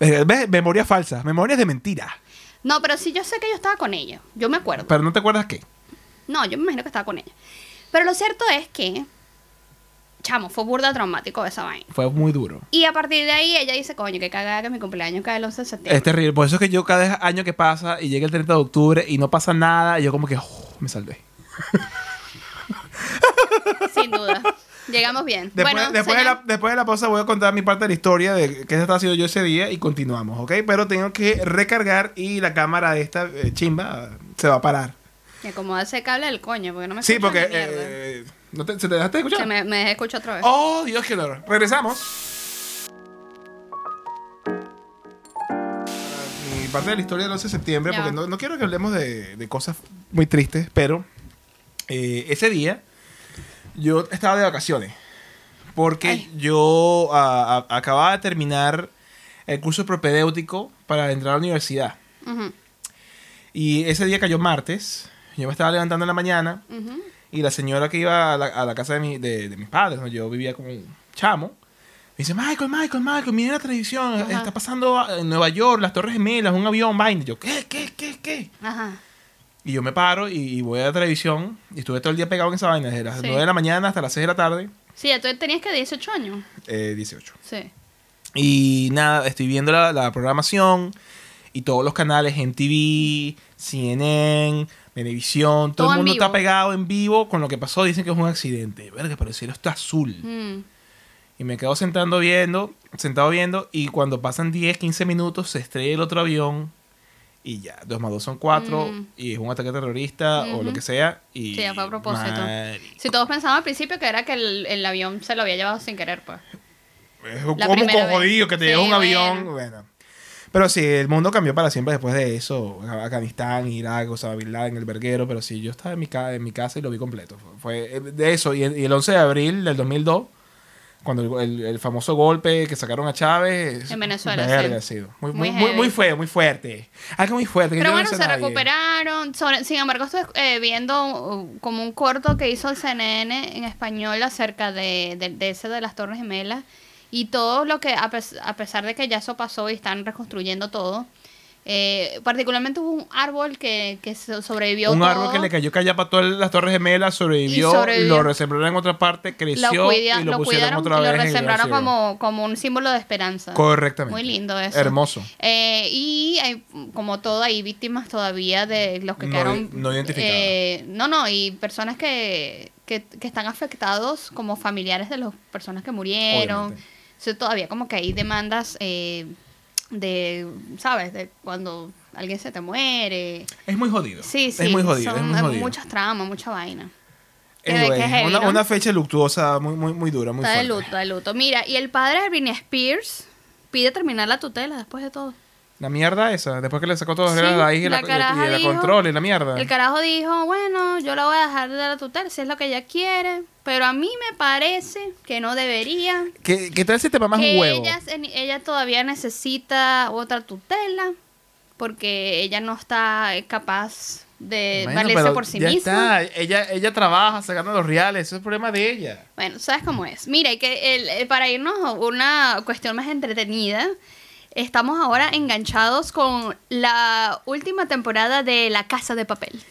Eh, ¿Ves? Memorias falsas. Memorias de mentira. No, pero sí yo sé que yo estaba con ella. Yo me acuerdo. Pero no te acuerdas qué. No, yo me imagino que estaba con ella. Pero lo cierto es que, chamo, fue burda traumático esa vaina. Fue muy duro. Y a partir de ahí ella dice, coño, qué cagada que mi cumpleaños cae el 11 de septiembre. Es terrible. Por eso es que yo cada año que pasa y llega el 30 de octubre y no pasa nada, yo como que "Oh, me salvé. Sin duda. Llegamos bien. Después, bueno, después, de señor, la, después de la pausa voy a contar mi parte de la historia de qué estaba haciendo yo ese día y continuamos, ¿ok? Pero tengo que recargar y la cámara de esta eh, chimba se va a parar. me acomoda ese cable del coño, porque no me Sí, escucho porque... ni mierda. eh, ¿no te- ¿Se te dejaste de escuchar? Se me, me escucha otra vez. Oh, Dios, qué dolor. Regresamos. Mi parte de la historia del 11 de septiembre, Ya. porque no, no quiero que hablemos de, de cosas muy tristes, pero eh, ese día yo estaba de vacaciones, porque Ay. yo ah, ah, acababa de terminar el curso propedéutico para entrar a la universidad. Ujú, Y ese día cayó martes, yo me estaba levantando en la mañana ujú. y la señora que iba a la, a la casa de, mi- de, de mis padres, ¿no? yo vivía como un chamo, me dice, Michael, Michael, Michael, miren la televisión, Ajá. está pasando a- en Nueva York, las Torres Gemelas, un avión, vaina. Y yo, ¿qué, qué, qué, qué? Ajá. Y yo me paro y, y voy a la televisión y estuve todo el día pegado en esa vaina, desde las Sí. 9 de la mañana hasta las 6 de la tarde, Sí, ya tú tenías que 18 años. eh, 18. Sí. Y nada, estoy viendo la, la programación y todos los canales, MTV, CNN, Venevisión, todo, Todo el en mundo está vivo. pegado en vivo con lo que pasó. Dicen que es un accidente. Verga, pero el cielo está azul. Mm. Y me quedo sentando viendo, sentado viendo, y cuando pasan 10, 15 minutos se estrella el otro avión y ya, dos más dos son cuatro, Mm. y es un ataque terrorista o lo Ujú. que sea. Y, Sí, fue a propósito. Mari- Si todos pensaban al principio que era que el, el avión se lo había llevado sin querer, pues. Es como La un primera cojodillo vez. que te Sí, lleva un bueno. avión. Bueno. Pero sí, el mundo cambió para siempre después de eso. Afganistán, Irak, Osama Bin Laden, el verguero. Pero sí, yo estaba en mi, ca- en mi casa y lo vi completo. Fue, fue, eh, de eso. Y el, y el 11 de abril del 2002, cuando el, el- el famoso golpe que sacaron a Chávez. En Venezuela, verga, sí. Muy, muy, Muy muy, heavy. muy fuerte, muy fuerte. Algo muy fuerte. que Pero yo no bueno, sé se nadie. recuperaron. Sobre- sin embargo, estoy eh, viendo uh, como un corto que hizo el CNN en español acerca de, de, de ese de las Torres Gemelas. Y todo lo que, a, pes- a pesar de que ya eso pasó y están reconstruyendo todo, eh, particularmente hubo un árbol que, que so- sobrevivió. Un todo, árbol que le cayó callado para todas las Torres Gemelas, sobrevivió, sobrevivió. lo resembraron en otra parte, lo, creció cuida- y lo lo, pusieron cuidaron otra y vez. lo en el resembraron archivo. como, como un símbolo de esperanza. Correctamente. Muy lindo eso. Hermoso. Eh, y hay, como todo, hay víctimas todavía de los que No quedaron... i- no identificadas. eh, no, no, y personas que, que, que están afectados como familiares de las personas que murieron. Obviamente. Eso todavía como que hay demandas eh, de, ¿sabes? De cuando alguien se te muere. Es muy jodido. Sí, sí. Es muy jodido. son es muy jodido. muchas tramas, mucha vaina. Anyway, que- que es heavy, una, ¿no? una fecha luctuosa muy, muy, muy dura, muy está de fuerte. luto, está de luto. Mira, y el padre de Britney Spears pide terminar la tutela después de todo. La mierda esa, después que le sacó todos los Sí, regalos a la hija y la la, y caraja la dijo- control y la mierda. El carajo dijo, bueno, yo la voy a dejar de la tutela si es lo que ella quiere, pero a mí me parece que no debería. ¿Qué, qué tal si te mamás que un huevo? Ella, se- ella todavía necesita otra tutela porque ella no está capaz de Bueno, valerse pero por sí ya misma. está. Ella, ella trabaja, se gana los reales, eso es problema de ella. Bueno, ¿sabes cómo es? Mira, y que el- eh, para irnos a una cuestión más entretenida, estamos ahora enganchados con la última temporada de La Casa de Papel.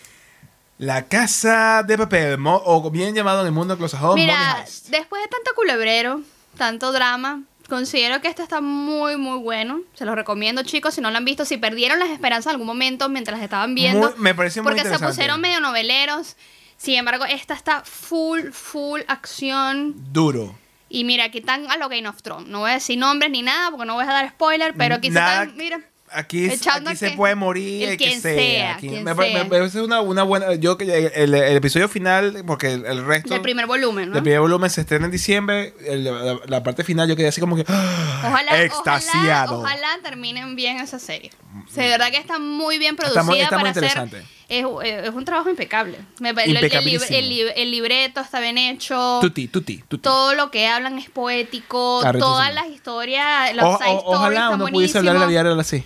La casa de papel, mo- o bien llamado en el mundo anglosajón, Money Mira, Heist. después de tanto culebrero, tanto drama, considero que esto está muy, muy bueno. Se los recomiendo, chicos, si no lo han visto, si perdieron las esperanzas en algún momento mientras las estaban viendo. Muy- me pareció muy porque se interesante. pusieron medio noveleros. Sin embargo, esta está full, full acción. Duro. Y mira, aquí están a lo Game of Thrones. No voy a decir nombres ni nada porque no voy a dar spoiler, pero aquí se Nada- están, mira. Aquí, es- Echando aquí a se que- puede morir el el que quien sea. sea, Aquí- quien me, pare- sea. me parece una, una buena. Yo que el, el episodio final, porque el, el resto. Del primer volumen, ¿no? El primer volumen se estrena en diciembre. el- la, la parte final yo quedé así como que. ¡ah! Ojalá, extasiado. Mm. Ojalá, ojalá terminen bien esa serie. O sea, de verdad que está muy bien producida Está muy- está muy para hacer- interesante. Es, eh, es un trabajo impecable. Me pa- el- el lib- Impecabilísimo. El, lib- el libreto está bien hecho. Tuti, tuti, tuti. Todo lo que hablan es poético. Arrechísimo. Todas las historias, los O- side o- ojalá stories uno están pudiese hablar de la vida buenísimos. real así.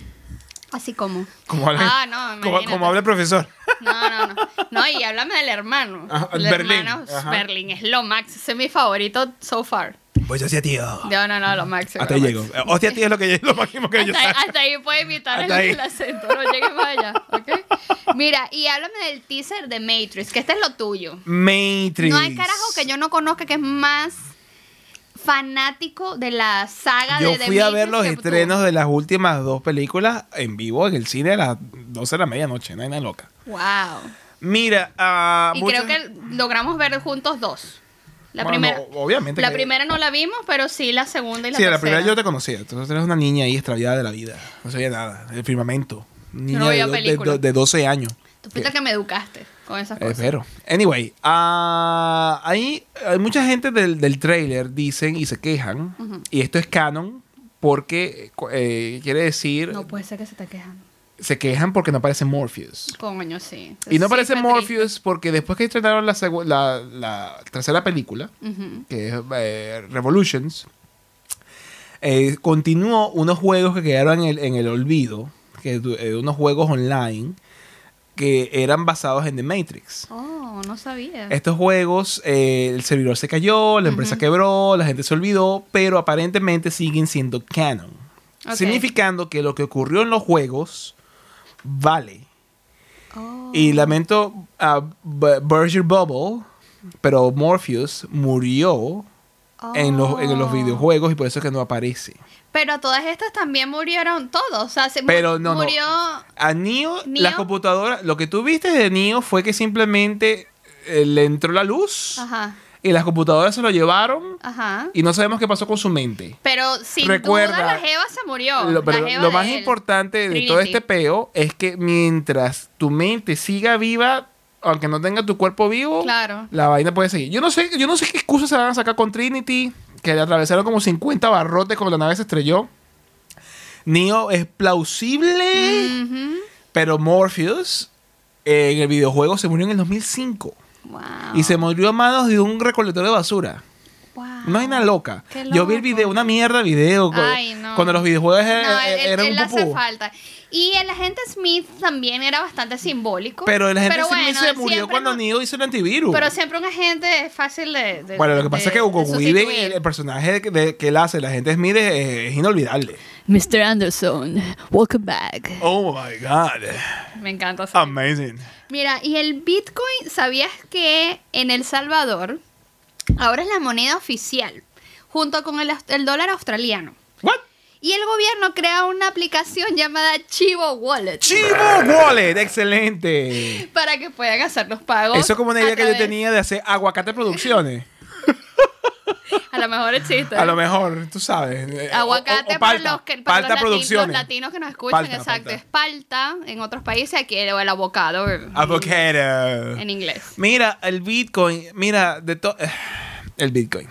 Así como. Como habla, Ah, no, como, imagínate. como habla el profesor. No, no, no. No, y háblame del hermano. Ajá, el Ah, Berlín, hermano es ajá. Berlín es lo max. Ese es mi favorito so far. Pues yo sí, tío. No, no, no, lo max. Hasta lo ahí max. llego. Eh, Hostia, tío, es lo, que, lo máximo que yo Hasta, sé. hasta ahí puede imitar el, Hasta ahí. el acento, no llegues más allá, ¿ok? Mira, y háblame del teaser de Matrix, que este es lo tuyo. Matrix. No hay carajo que yo no conozca que es más fanático de la saga Yo Ah, de The fui a Matrix ver los que tú. estrenos de las últimas dos películas en vivo en el cine a las 12 de la medianoche. No hay nada loca. Wow. Mira, ah, Y muchas- creo que logramos ver juntos dos. La Bueno, primera. obviamente La que- primera no la vimos, pero sí la segunda y la Sí, tercera. la primera yo te conocía. Tú eres una niña ahí extraviada de la vida. No sabía nada. El firmamento. Niña no de, veía do- de- películas. do- de 12 años. Tú fuiste que me educaste con esas Eh, cosas. Espero. Anyway, ah, ahí hay mucha gente del, del trailer dicen y se quejan. Y esto es canon porque eh, quiere decir. No puede ser que se te quejan. Se quejan porque no aparece Morpheus. Coño, sí. Y no Sí, aparece fue triste. Morpheus porque después que estrenaron la, segu- la, la tercera película, Ujú. que es eh, Revolutions, eh, continuó unos juegos que quedaron en el, en el olvido, que, du- eh, unos juegos online que eran basados en The Matrix. Oh, no sabía. Estos juegos, eh, el servidor se cayó, la empresa Ujú. quebró, la gente se olvidó, pero aparentemente siguen siendo canon. Ok. Significando que lo que ocurrió en los juegos vale. Oh. Y lamento ah, a B- Berger Bubble, pero Morpheus murió en, los, en los Oh. videojuegos y por eso es que no aparece. Pero a todas estas también murieron todos. O sea, se mu- Pero no, no. murió. A Neo, Neo. la computadora, lo que tú viste de Neo fue que simplemente eh, le entró la luz Ajá. y las computadoras se lo llevaron Ajá. y no sabemos qué pasó con su mente. Pero sin Recuerda, duda la Jeva se murió. Lo, pero la jeva lo de más él. importante de todo Trinity. este peo es que mientras tu mente siga viva, aunque no tenga tu cuerpo vivo, Claro. la vaina puede seguir. Yo no sé, yo no sé qué excusas se van a sacar con Trinity, que le atravesaron como 50 barrotes cuando la nave se estrelló. Neo es plausible, Ujú. pero Morpheus eh, en el videojuego se murió en el 2005 Wow. y Ah. se murió a manos de un recolector de basura. Wow. No hay nada loca. Ah, Qué Yo vi el loco. video, una mierda de video. cu- Ay, no. Cuando los videojuegos er- No, er- él, él- eran él un hace pupú. falta. Y el agente Smith también era bastante simbólico. Pero la gente bueno, se él murió siempre cuando no- Neo hizo el antivirus. Pero siempre un agente es fácil de. de- bueno, lo que pasa de- es que Hugo de Weaving, sustituir. el, el personaje que, de- que él hace, la gente Smith, es- es inolvidable. Mr. Anderson, welcome back. Oh my God. Me encanta. esa Ah, Amazing. Mira, y el Bitcoin, ¿sabías que en El Salvador ahora es la moneda oficial, junto con el, aus- el dólar australiano? What? Y el gobierno crea una aplicación llamada Chivo Wallet Chivo Wallet, excelente. para que puedan hacer los pagos. Eso es como una a idea que yo través- tenía de hacer aguacate producciones. A lo mejor existe. A lo mejor, tú sabes. eh, o- Aguacate o- o para palta. los, que, para los Palta lati- producciones. los latinos que nos escuchan, Palta, exacto. palta. Es palta en otros países, aquí el, el abocado en- Avocado. en inglés. Mira, el eh, Bitcoin. Mira, de todo. El Bitcoin.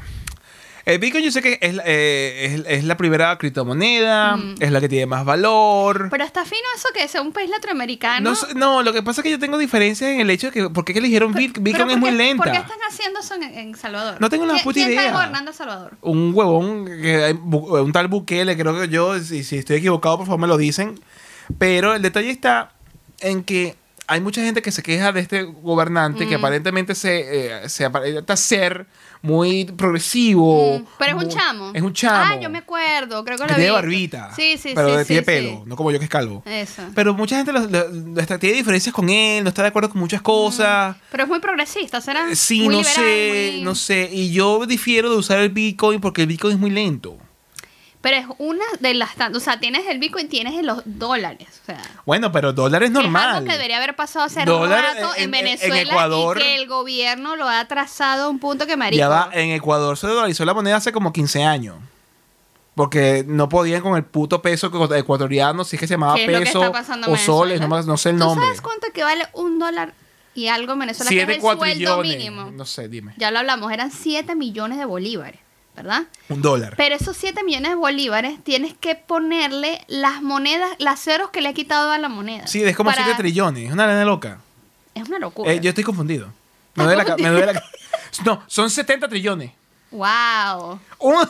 El Bitcoin yo sé que es, la- eh, es, es la primera criptomoneda, es la que tiene más valor. Pero está fino eso que sea un país latinoamericano. no, sé- no, lo que pasa es que yo tengo diferencias en el hecho de que por qué que eligieron Pero- Bit- pero Bitcoin es ¿por muy qué- lenta. ¿Por qué están haciendo eso en, en Salvador? No tengo la ¿Qui- puta ¿Quién idea. está gobernando Salvador? un huevón, que hay bu- un tal Bukele, creo que yo, si, si estoy equivocado, por favor me lo dicen. Pero el detalle está en que hay mucha gente que se queja de este gobernante Mm. que aparentemente se, eh, se aparenta ser muy progresivo. Mm, pero es un muy- chamo. Oh, Es un chamo. Ah, yo me acuerdo. Creo que lo Que tiene vi. barbita. Sí, sí, pero sí. de- sí, tiene sí. pelo, no como yo que es calvo. Eso. Pero mucha gente lo- lo- lo está- tiene diferencias con él, no está de acuerdo con muchas cosas. Pero es muy progresista, ¿será? Eh, Sí, Muy no liberal, sé, muy- no sé. Y yo difiero de usar el Bitcoin porque el Bitcoin es muy lento. Pero es una de las tantas. O sea, tienes el Bitcoin, tienes los dólares. O sea, Bueno, pero dólar es normal. Es algo que debería haber pasado hace Dólar rato en- en, en- Venezuela en Ecuador. y que el gobierno lo ha atrasado a un punto que marico. Ya va, en Ecuador se dolarizó la moneda hace como 15 años. Porque no podían con el puto peso ecu- ecuatoriano, si es que se llamaba ¿Qué es lo que peso está pasando en o soles, no, Venezuela? me- no sé el nombre. ¿Tú sabes cuánto que vale un dólar y algo en Venezuela? que es el sueldo mínimo. No sé, dime. Ya lo hablamos, eran 7 millones de bolívares, ¿verdad? Un dólar. Pero esos 7 millones de bolívares tienes que ponerle las monedas, las ceros que le ha quitado a la moneda. sí, es como Para- 7 trillones. Es una lana loca. Es una locura. Eh, yo estoy confundido. Me duele la ca- me duele la ca- No, son 70 trillones. Wow. Un,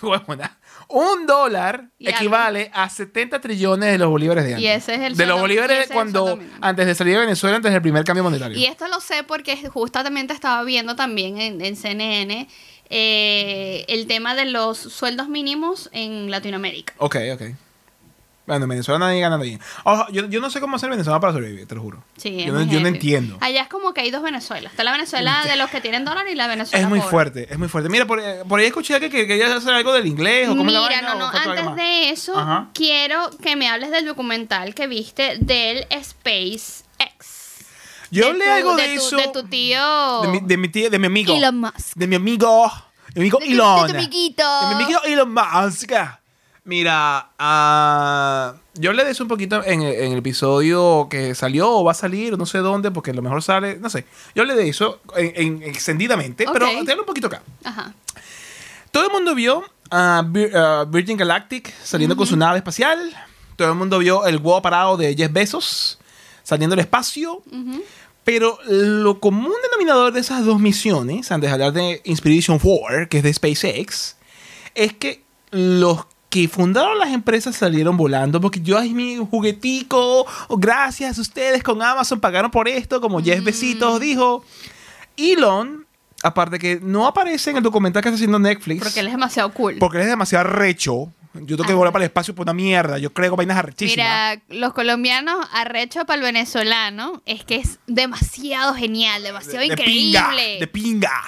Huevona. Un dólar Y algo. equivale a 70 trillones de los bolívares de antes. Y ese es el De los sueldo- y bolívares ese es el cuando, sueldo mínimo. antes de salir de Venezuela, antes del primer cambio monetario. Y esto lo sé porque justamente estaba viendo también en, en CNN eh, el tema de los sueldos mínimos en Latinoamérica. Ok, ok. Bueno, en Venezuela nadie gana bien. Ojo, yo, yo no sé cómo hacer Venezuela para sobrevivir, te lo juro. Sí, es yo, no, muy yo no heavy. entiendo. Allá es como que hay dos Venezuelas. Está la Venezuela de los que tienen dólar y la Venezuela es muy pobre. fuerte, es muy fuerte. Mira, por, eh, por ahí escuché que que querías hacer algo del inglés o cómo la Mira, vaina. no, no, o fue todo algo antes más. de eso, Ajá. quiero que me hables del documental que viste del SpaceX. Yo De hablé tu- algo de, de tu- eso. de tu tío. De mi, de mi tío, de mi amigo. Elon Musk. De mi amigo. De mi amigo De tu- de tu Elon. amiguito. De mi amigo Elon Musk. Mira, ah, yo hablé de eso un poquito en, el- en el episodio que salió o va a salir, no sé dónde, porque a lo mejor sale, no sé. Yo hablé de eso en, en- extendidamente, Ok. pero te hablo un poquito acá. Ajá. Todo el mundo vio a Vir- a Virgin Galactic saliendo con su nave espacial. Todo el mundo vio el huevo parado de Jeff Bezos saliendo al espacio. ujú. Pero lo común denominador de esas dos misiones, antes de hablar de Inspiration 4, que es de SpaceX, es que los que fundaron las empresas salieron volando porque yo, ay, mi juguetico, oh, gracias a ustedes con Amazon pagaron por esto, como Mm. Jeff Besitos dijo. Elon, aparte que no aparece en el documental que está haciendo Netflix, Porque él es demasiado cool. porque él es demasiado recho. Yo tengo que Ah. volar para el espacio por una mierda. Yo creo vainas arrechísimas. Mira, los colombianos arrecho para el venezolano es que es demasiado genial, demasiado increíble. pinga. De pinga.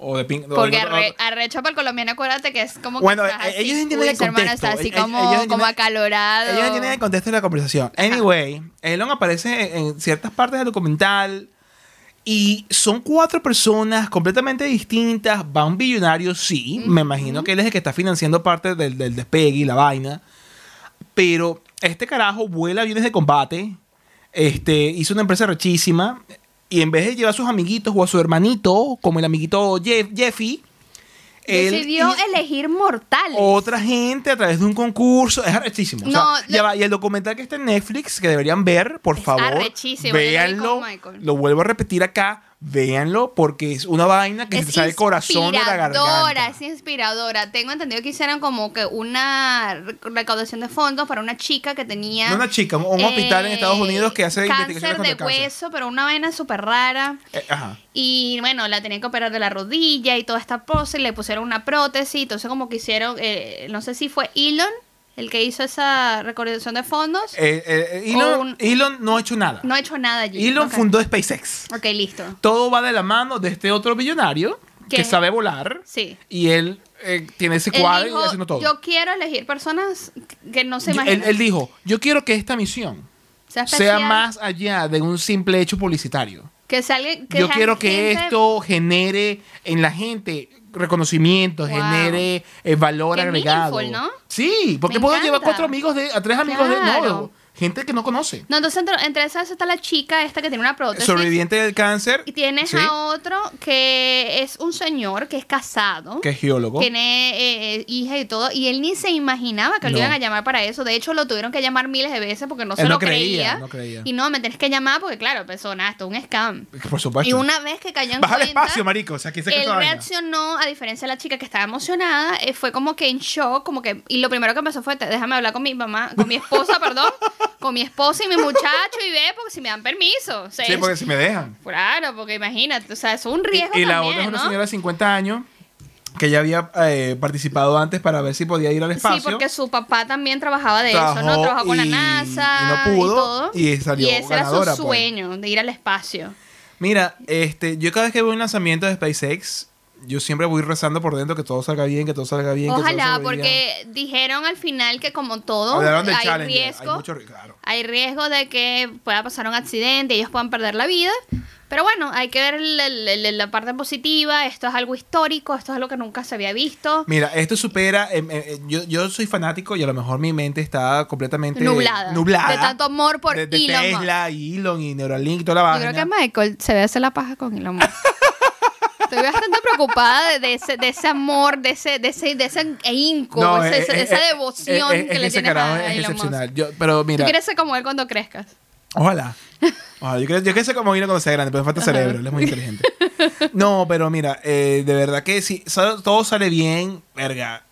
O de pinga. porque arre- arrecho para el colombiano, acuérdate que es como que Bueno, estás eh, así, ellos entienden uy, el ese hermano contexto, está así eh, eh, como, ellos entienden- como acalorado. Ella no tiene el contexto de la conversación. Anyway, Elon aparece en ciertas partes del documental y son cuatro personas completamente distintas. Va un billonario, sí. Me imagino que él es el que está financiando parte del, del despegue y la vaina. Pero este carajo vuela aviones de combate. Este, hizo una empresa rechísima. Y en vez de llevar a sus amiguitos o a su hermanito, como el amiguito Jeff, Jeffy, él Decidió hizo- elegir mortales. otra gente a través de un concurso. Es arrechísimo. O sea, No, ya lo- va, Y el documental que está en Netflix, que deberían ver, por Es favor, arrechísimo, yo lo vi con véanlo. Michael. Lo vuelvo a repetir acá, véanlo, porque es una vaina que es se te sale el corazón de la inspiradora, garganta. es inspiradora. Tengo entendido que hicieron como que una re- recaudación de fondos para una chica que tenía No una chica, un un hospital en eh, Estados Unidos que hace investigaciones cáncer contra de el cáncer. hueso, pero una vaina súper rara. Eh, ajá. Y bueno, la tenían que operar de la rodilla y toda esta pose, y le pusieron una prótesis, entonces como que hicieron, eh, no sé si fue Elon el que hizo esa recaudación de fondos, Eh, eh, eh, O Elon, un- Elon no ha hecho nada. no ha hecho nada allí. Elon Ok. fundó SpaceX. Ok, listo. Todo va de la mano de este otro billonario que ¿Qué? sabe volar Sí. y él eh, tiene ese Él cuadro y dijo, haciendo todo. yo quiero elegir personas que no se Yo- imaginan. él, él dijo, yo quiero que esta misión sea, sea especial, más allá de un simple hecho publicitario. que salga- que yo sea quiero que gente esto genere en la gente reconocimiento, Wow. genere eh, valor Qué agregado. meaningful, ¿no? Sí, porque Me puedo llevar encanta. cuatro amigos de, a tres amigos de no, Claro. Gente que no conoce. No, entonces entre, entre esas está la chica esta que tiene una prótesis. Sobreviviente del cáncer. Y tienes Sí. a otro que es un señor que es casado. Que es geólogo. Tiene eh, eh, hija y todo. Y él ni se imaginaba que lo No. iban a llamar para eso. De hecho, lo tuvieron que llamar miles de veces porque no se Él lo no creía, no creía. Y no, me tenés que llamar porque, claro, persona, esto es un scam. Por supuesto. Y una vez que cayó en Baja el cuenta, espacio, marico. O sea, aquí se él quedó reaccionó, a diferencia de la chica que estaba emocionada, eh, fue como que en shock, como que, y lo primero que pasó fue, "Te- déjame hablar con mi mamá, con mi esposa, perdón, con mi esposa y mi muchacho y ve, porque si me dan permiso. O sea, Sí, es- porque si me dejan. Claro, porque imagínate, o sea, es un Y, riesgo y la también, otra es una ¿no? señora de 50 años que ya había eh, participado antes para ver si podía ir al espacio. Sí, porque su papá también trabajaba de eso, Trabajó ¿no? Trabajó con la y- NASA y no pudo, todo. y salió ese ganadora, era su pues. sueño, de ir al espacio. Mira, este, yo cada vez que veo un lanzamiento de SpaceX, yo siempre voy rezando por dentro que todo salga bien, que todo salga bien. que todo Ojalá, salga bien. porque dijeron al final que como todo, Hablaron del hay Challenger, riesgo. Hay mucho ri- claro. hay riesgo de que pueda pasar un accidente, ellos puedan perder la vida. Pero bueno, hay que ver la, la- la- la parte positiva. Esto es algo histórico, esto es algo que nunca se había visto. Mira, esto supera. em, em, em, yo, yo soy fanático y a lo mejor mi mente está completamente Nublada. nublada. De tanto amor por de, de Elon Musk. Tesla, y Elon y Neuralink y toda la Yo vaina. creo que Michael se ve hacer la paja con Elon Musk. Estoy bastante preocupada de, de ese, de ese amor, de ese, de ese, de ese ahínco, No, eh, ese- es- ese- es- esa es- devoción eh, es- es- que le ese tienes carajo a es Elon Musk. excepcional. Yo- pero Tú mira, quieres ser como él cuando crezcas. ojalá. Ojalá, Yo quiero, yo quiero ser como Elon cuando sea grande, pero me falta cerebro, él es muy inteligente. No, pero mira, eh, de verdad que si sal- todo sale bien, verga,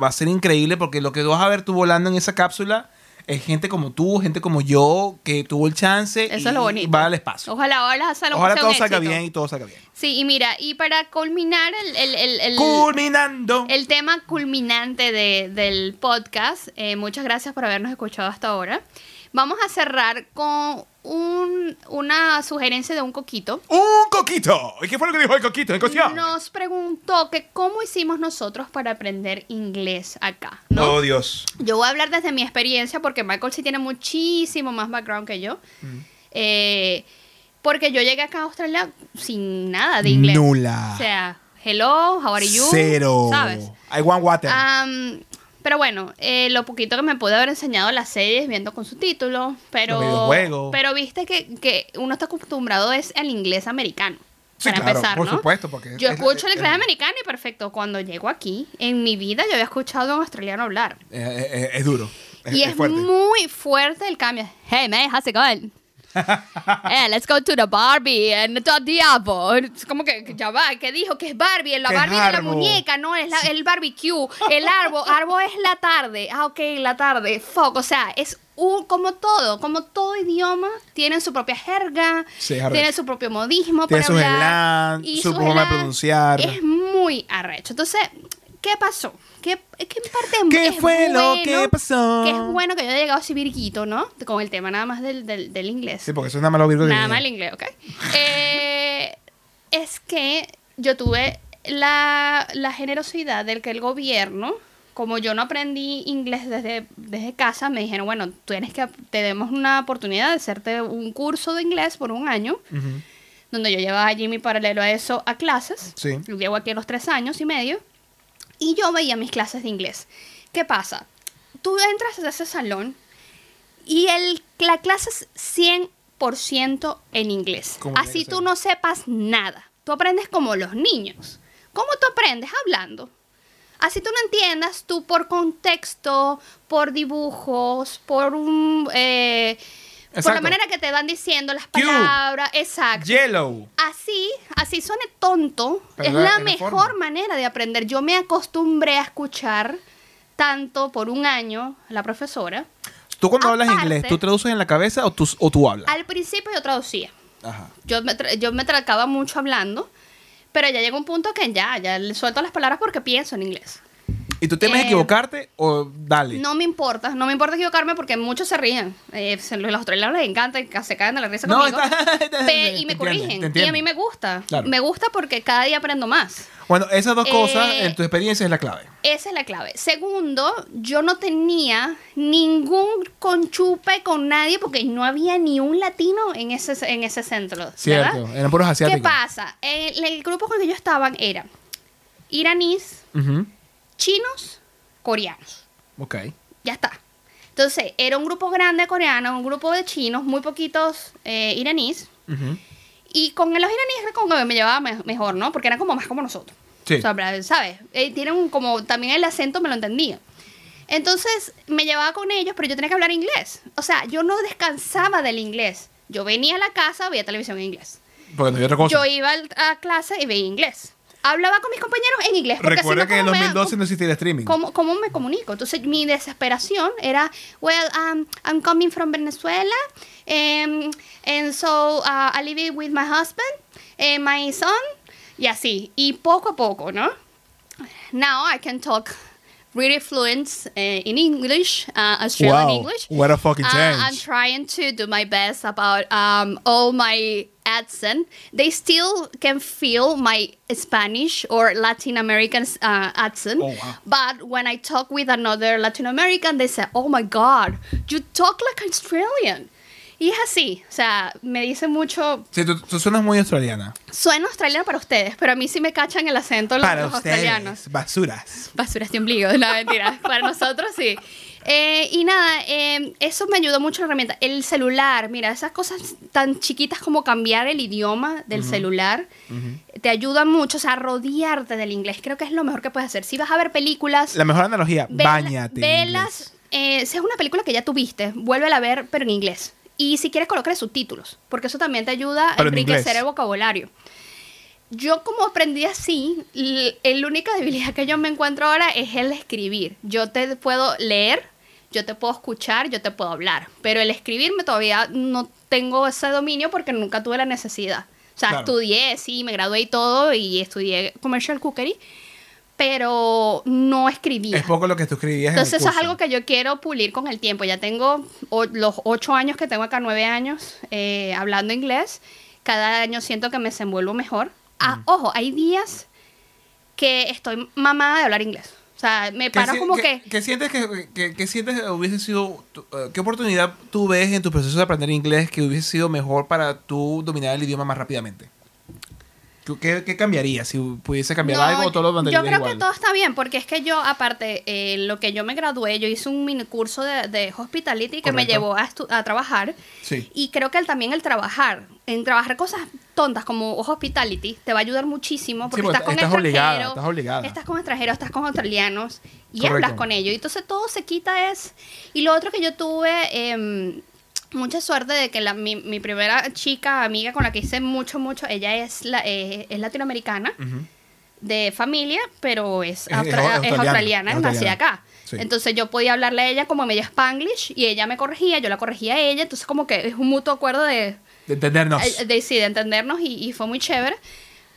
va a ser increíble porque lo que vas a ver tú volando en esa cápsula es gente como tú, gente como yo, que tuvo el chance Eso y, es lo bonito. y va al espacio. Ojalá, ojalá, sea- Ojalá sea todo un salga éxito. bien y todo salga bien. Sí, y mira, y para culminar el, el, el- el- Culminando. el tema culminante de- del podcast, eh, muchas gracias por habernos escuchado hasta ahora. Vamos a cerrar con un- una sugerencia de un coquito. Un coquito. ¿Y qué fue lo que dijo el coquito en cuestión? Nos preguntó que cómo hicimos nosotros para aprender inglés acá. ¿no? Oh, Dios. Yo voy a hablar desde mi experiencia porque Michael sí tiene muchísimo más background que yo. Eh, porque yo llegué acá a Australia sin nada de inglés. Nula. O sea, hello, how are you? Ah. Cero. ¿Sabes? Ah, I want water. Am, pero bueno, eh, lo poquito que me pudo haber enseñado las series viendo con subtítulos, pero Los videojuegos. pero viste que, que uno está acostumbrado es al inglés americano. Sí, para claro, empezar, por ¿no? supuesto, porque yo es- escucho es- el inglés es- americano y perfecto. Cuando llego aquí, en mi vida yo había escuchado a un australiano hablar. Eh, eh, eh, es duro. Es, y es es, fuerte. muy fuerte el cambio. Hey man, how's it going? hey, Eh, let's go to the Barbie and the Diablo. Es como que que ya va, ¿qué dijo? Que es Barbie, la Que es Barbie de la árbol. muñeca, no, es la- el barbecue, el árbol, árbol es la tarde, ah, ok, la tarde, fuck, o sea, es un, como todo, como todo idioma, tienen su propia jerga, Sí, es arrecho. tienen su propio modismo Tiene para sus hablar, slang, su forma de slang. pronunciar. Es muy arrecho, entonces, ¿qué pasó? ¿Qué, qué parte ¿Qué es fue lo bueno- que pasó? Que es bueno que yo haya llegado así virguito, ¿no? Con el tema nada más del, del, del inglés. Sí, porque eso es nada más lo virgo que Nada viene. mal inglés, ok. Eh, es que yo tuve la, la generosidad del que el gobierno, como yo no aprendí inglés desde, desde casa, me dijeron, bueno, tú tienes que, te demos una oportunidad de hacerte un curso de inglés por un año, Ujú. donde yo llevaba allí mi paralelo a eso a clases. Sí. Llevo aquí a los tres años y medio. Y yo veía mis clases de inglés. ¿Qué pasa? Tú entras a ese salón y el, la clase es 100% en inglés. Como tiene Así que tú ser. no sepas nada. Tú aprendes como los niños. ¿Cómo tú aprendes? Hablando. Así tú no entiendas, tú por contexto, por dibujos, por un... eh, por la Exacto. manera que te van diciendo las Cube. palabras. Exacto. Yellow. Así, así suene tonto, Pero es la- la es la mejor forma. manera de aprender. Yo me acostumbré a escuchar tanto por un año a la profesora. Tú cuando hablas Aparte- inglés, ¿tú traduces en la cabeza o tú, o tú hablas? Al principio yo traducía. Ajá. Yo me, tra- yo me tracaba mucho hablando, pero ya llega un punto que ya, ya le suelto las palabras porque pienso en inglés. ¿Y tú temes Eh, equivocarte o dale? No me importa, no me importa equivocarme porque muchos se ríen. Eh, se- los australianos les encanta, y ca- se caen de la risa No, conmigo. está- Pe- te y me entienden, te corrigen. Y a entienden. mí me gusta. Claro. Me gusta porque cada día aprendo más. Bueno, esas dos Eh, cosas en tu experiencia es la clave. Esa es la clave. Segundo, yo no tenía ningún conchupe con nadie porque no había ni un latino en ese, en ese centro. ¿verdad? Cierto, eran puros ¿Qué asiáticos. pasa? El, el grupo con el que yo estaba era iraníes, Ujú. chinos, coreanos. Ok. Ya está. Entonces, era un grupo grande coreano, un grupo de chinos, muy poquitos eh, iraníes. Ujú. Y con los iraníes era como que me llevaba me- mejor, ¿no? Porque eran como más como nosotros. Sí. O sea, bra- ¿sabes? Eh, tienen un- como también el acento me lo entendía. Entonces me llevaba con ellos, pero yo tenía que hablar inglés. O sea, yo no descansaba del inglés. Yo venía a la casa, veía televisión en inglés. Porque no había otra cosa. Yo iba al- a clase y veía inglés. Hablaba con mis compañeros en inglés. Porque Recuerda si no, que en ¿cómo me- 2012 no existía el streaming. ¿Cómo, ¿Cómo me comunico? Entonces mi desesperación era, well, um, I'm coming from Venezuela, em, and so uh, I live with my husband, and my son, y así, y poco a poco, ¿no? Now I can talk really fluent eh, in English, uh, Australian Wow, English. what a fucking Uh, change. I'm trying to do my best about um, all my accent. They still can feel my Spanish or Latin American uh, accent. Oh, wow. But when I talk with another Latin American, they say, oh my God, you talk like Australian. Y es así, o sea, me dice mucho, Sí, tú, tú suenas muy australiana. suena australiano para ustedes, pero a mí sí me cachan el acento los, Para los australianos. ustedes, basuras. Basuras de ombligo, no mentira, para nosotros sí. Eh, y nada, eh, eso me ayudó mucho la herramienta. El celular, mira, esas cosas tan chiquitas como cambiar el idioma del celular, te ayudan mucho, o sea, rodearte del inglés, creo que es lo mejor que puedes hacer. Si vas a ver películas, La mejor analogía, Ve- bañate. Velas. eh, si es una película que ya tuviste, vuélvela a ver, pero en inglés. Y si quieres, colocar subtítulos, porque eso también te ayuda a Pero en enriquecer inglés. el vocabulario. Yo como aprendí así, l- la única debilidad que yo me encuentro ahora es el escribir. Yo te puedo leer, yo te puedo escuchar, yo te puedo hablar, pero el escribirme todavía no tengo ese dominio porque nunca tuve la necesidad. O sea, Claro. estudié, sí, me gradué y todo, y estudié commercial cookery, pero no escribía. Es poco lo que tú escribías. en el Entonces eso es curso. algo que yo quiero pulir con el tiempo. Ya tengo o- los ocho años que tengo acá, nueve años eh, hablando inglés. Cada año siento que me desenvuelvo mejor. Ah, Ojo, hay días que estoy mamada de hablar inglés. O sea, me ¿Qué paro si- como qué- que... qué sientes que, que- que sientes que hubiese sido... tu- eh, ¿Qué oportunidad tú ves en tu proceso de aprender inglés que hubiese sido mejor para tú dominar el idioma más rápidamente? ¿Tú ¿Qué, qué cambiaría? Si pudiese cambiar No, algo o todo lo Yo mantendría creo igual. que todo está bien, porque es que yo, aparte, eh, lo que yo me gradué, yo hice un mini curso de, de hospitality que me Correcto. llevó a, estu- a trabajar. Sí. Y creo que el- también el trabajar, en trabajar cosas tontas como hospitality, te va a ayudar muchísimo Sí, porque porque estás con estás obligada, extranjeros. estás obligada. estás con extranjeros, estás con australianos y Correcto. hablas con ellos. Y entonces todo se quita es... Y lo otro que yo tuve... em, Mucha suerte de que la- mi, mi primera chica, amiga con la que hice mucho, mucho, ella es, la, eh, es latinoamericana Ujú. de familia, pero es, Es- es- austra- es es australiana, australiana, es es nacida australiana. acá. Sí. Entonces yo podía hablarle a ella como media spanglish y ella me corregía, yo la corregía a ella, entonces como que es un mutuo acuerdo de, De entendernos. eh, de, sí, de entendernos y, y fue muy chévere.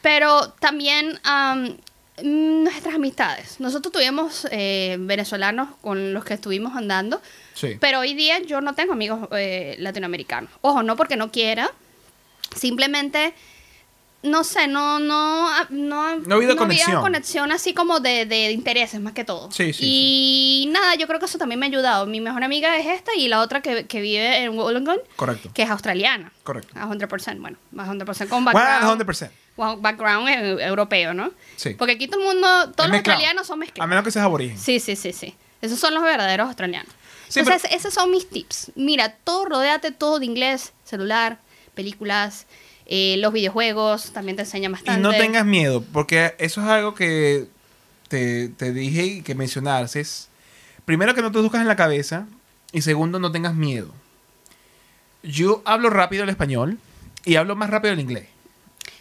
Pero también am, mm, nuestras amistades. Nosotros tuvimos eh, venezolanos con los que estuvimos andando, sí. pero hoy día yo no tengo amigos eh, latinoamericanos. Ojo, no porque no quiera, simplemente, no sé, no, no, ah, no, No ha habido conexión. conexión así como de, de intereses más que todo. Sí, sí, Y nada, yo creo que eso también me ha ayudado. Mi mejor amiga es esta y la otra que, que vive en Wollongong, Correcto. que es australiana. Correcto. A 100%, bueno, más 100% con background. 100%. wow, background eh, europeo, ¿no? Sí. Porque aquí todo el mundo, todos Es los mezclado. australianos son mezclados. A menos que seas aborigen. Sí, sí, sí, sí. Esos son los verdaderos australianos. Sí, Entonces, esos son mis tips. Mira, todo, rodeate todo de inglés, celular, películas, eh, los videojuegos, también te enseña Y bastante. no tengas miedo, porque eso es algo que te, te dije y que mencionarse es, primero que no te buscas en la cabeza y segundo no tengas miedo. Yo hablo rápido el español y hablo más rápido el inglés.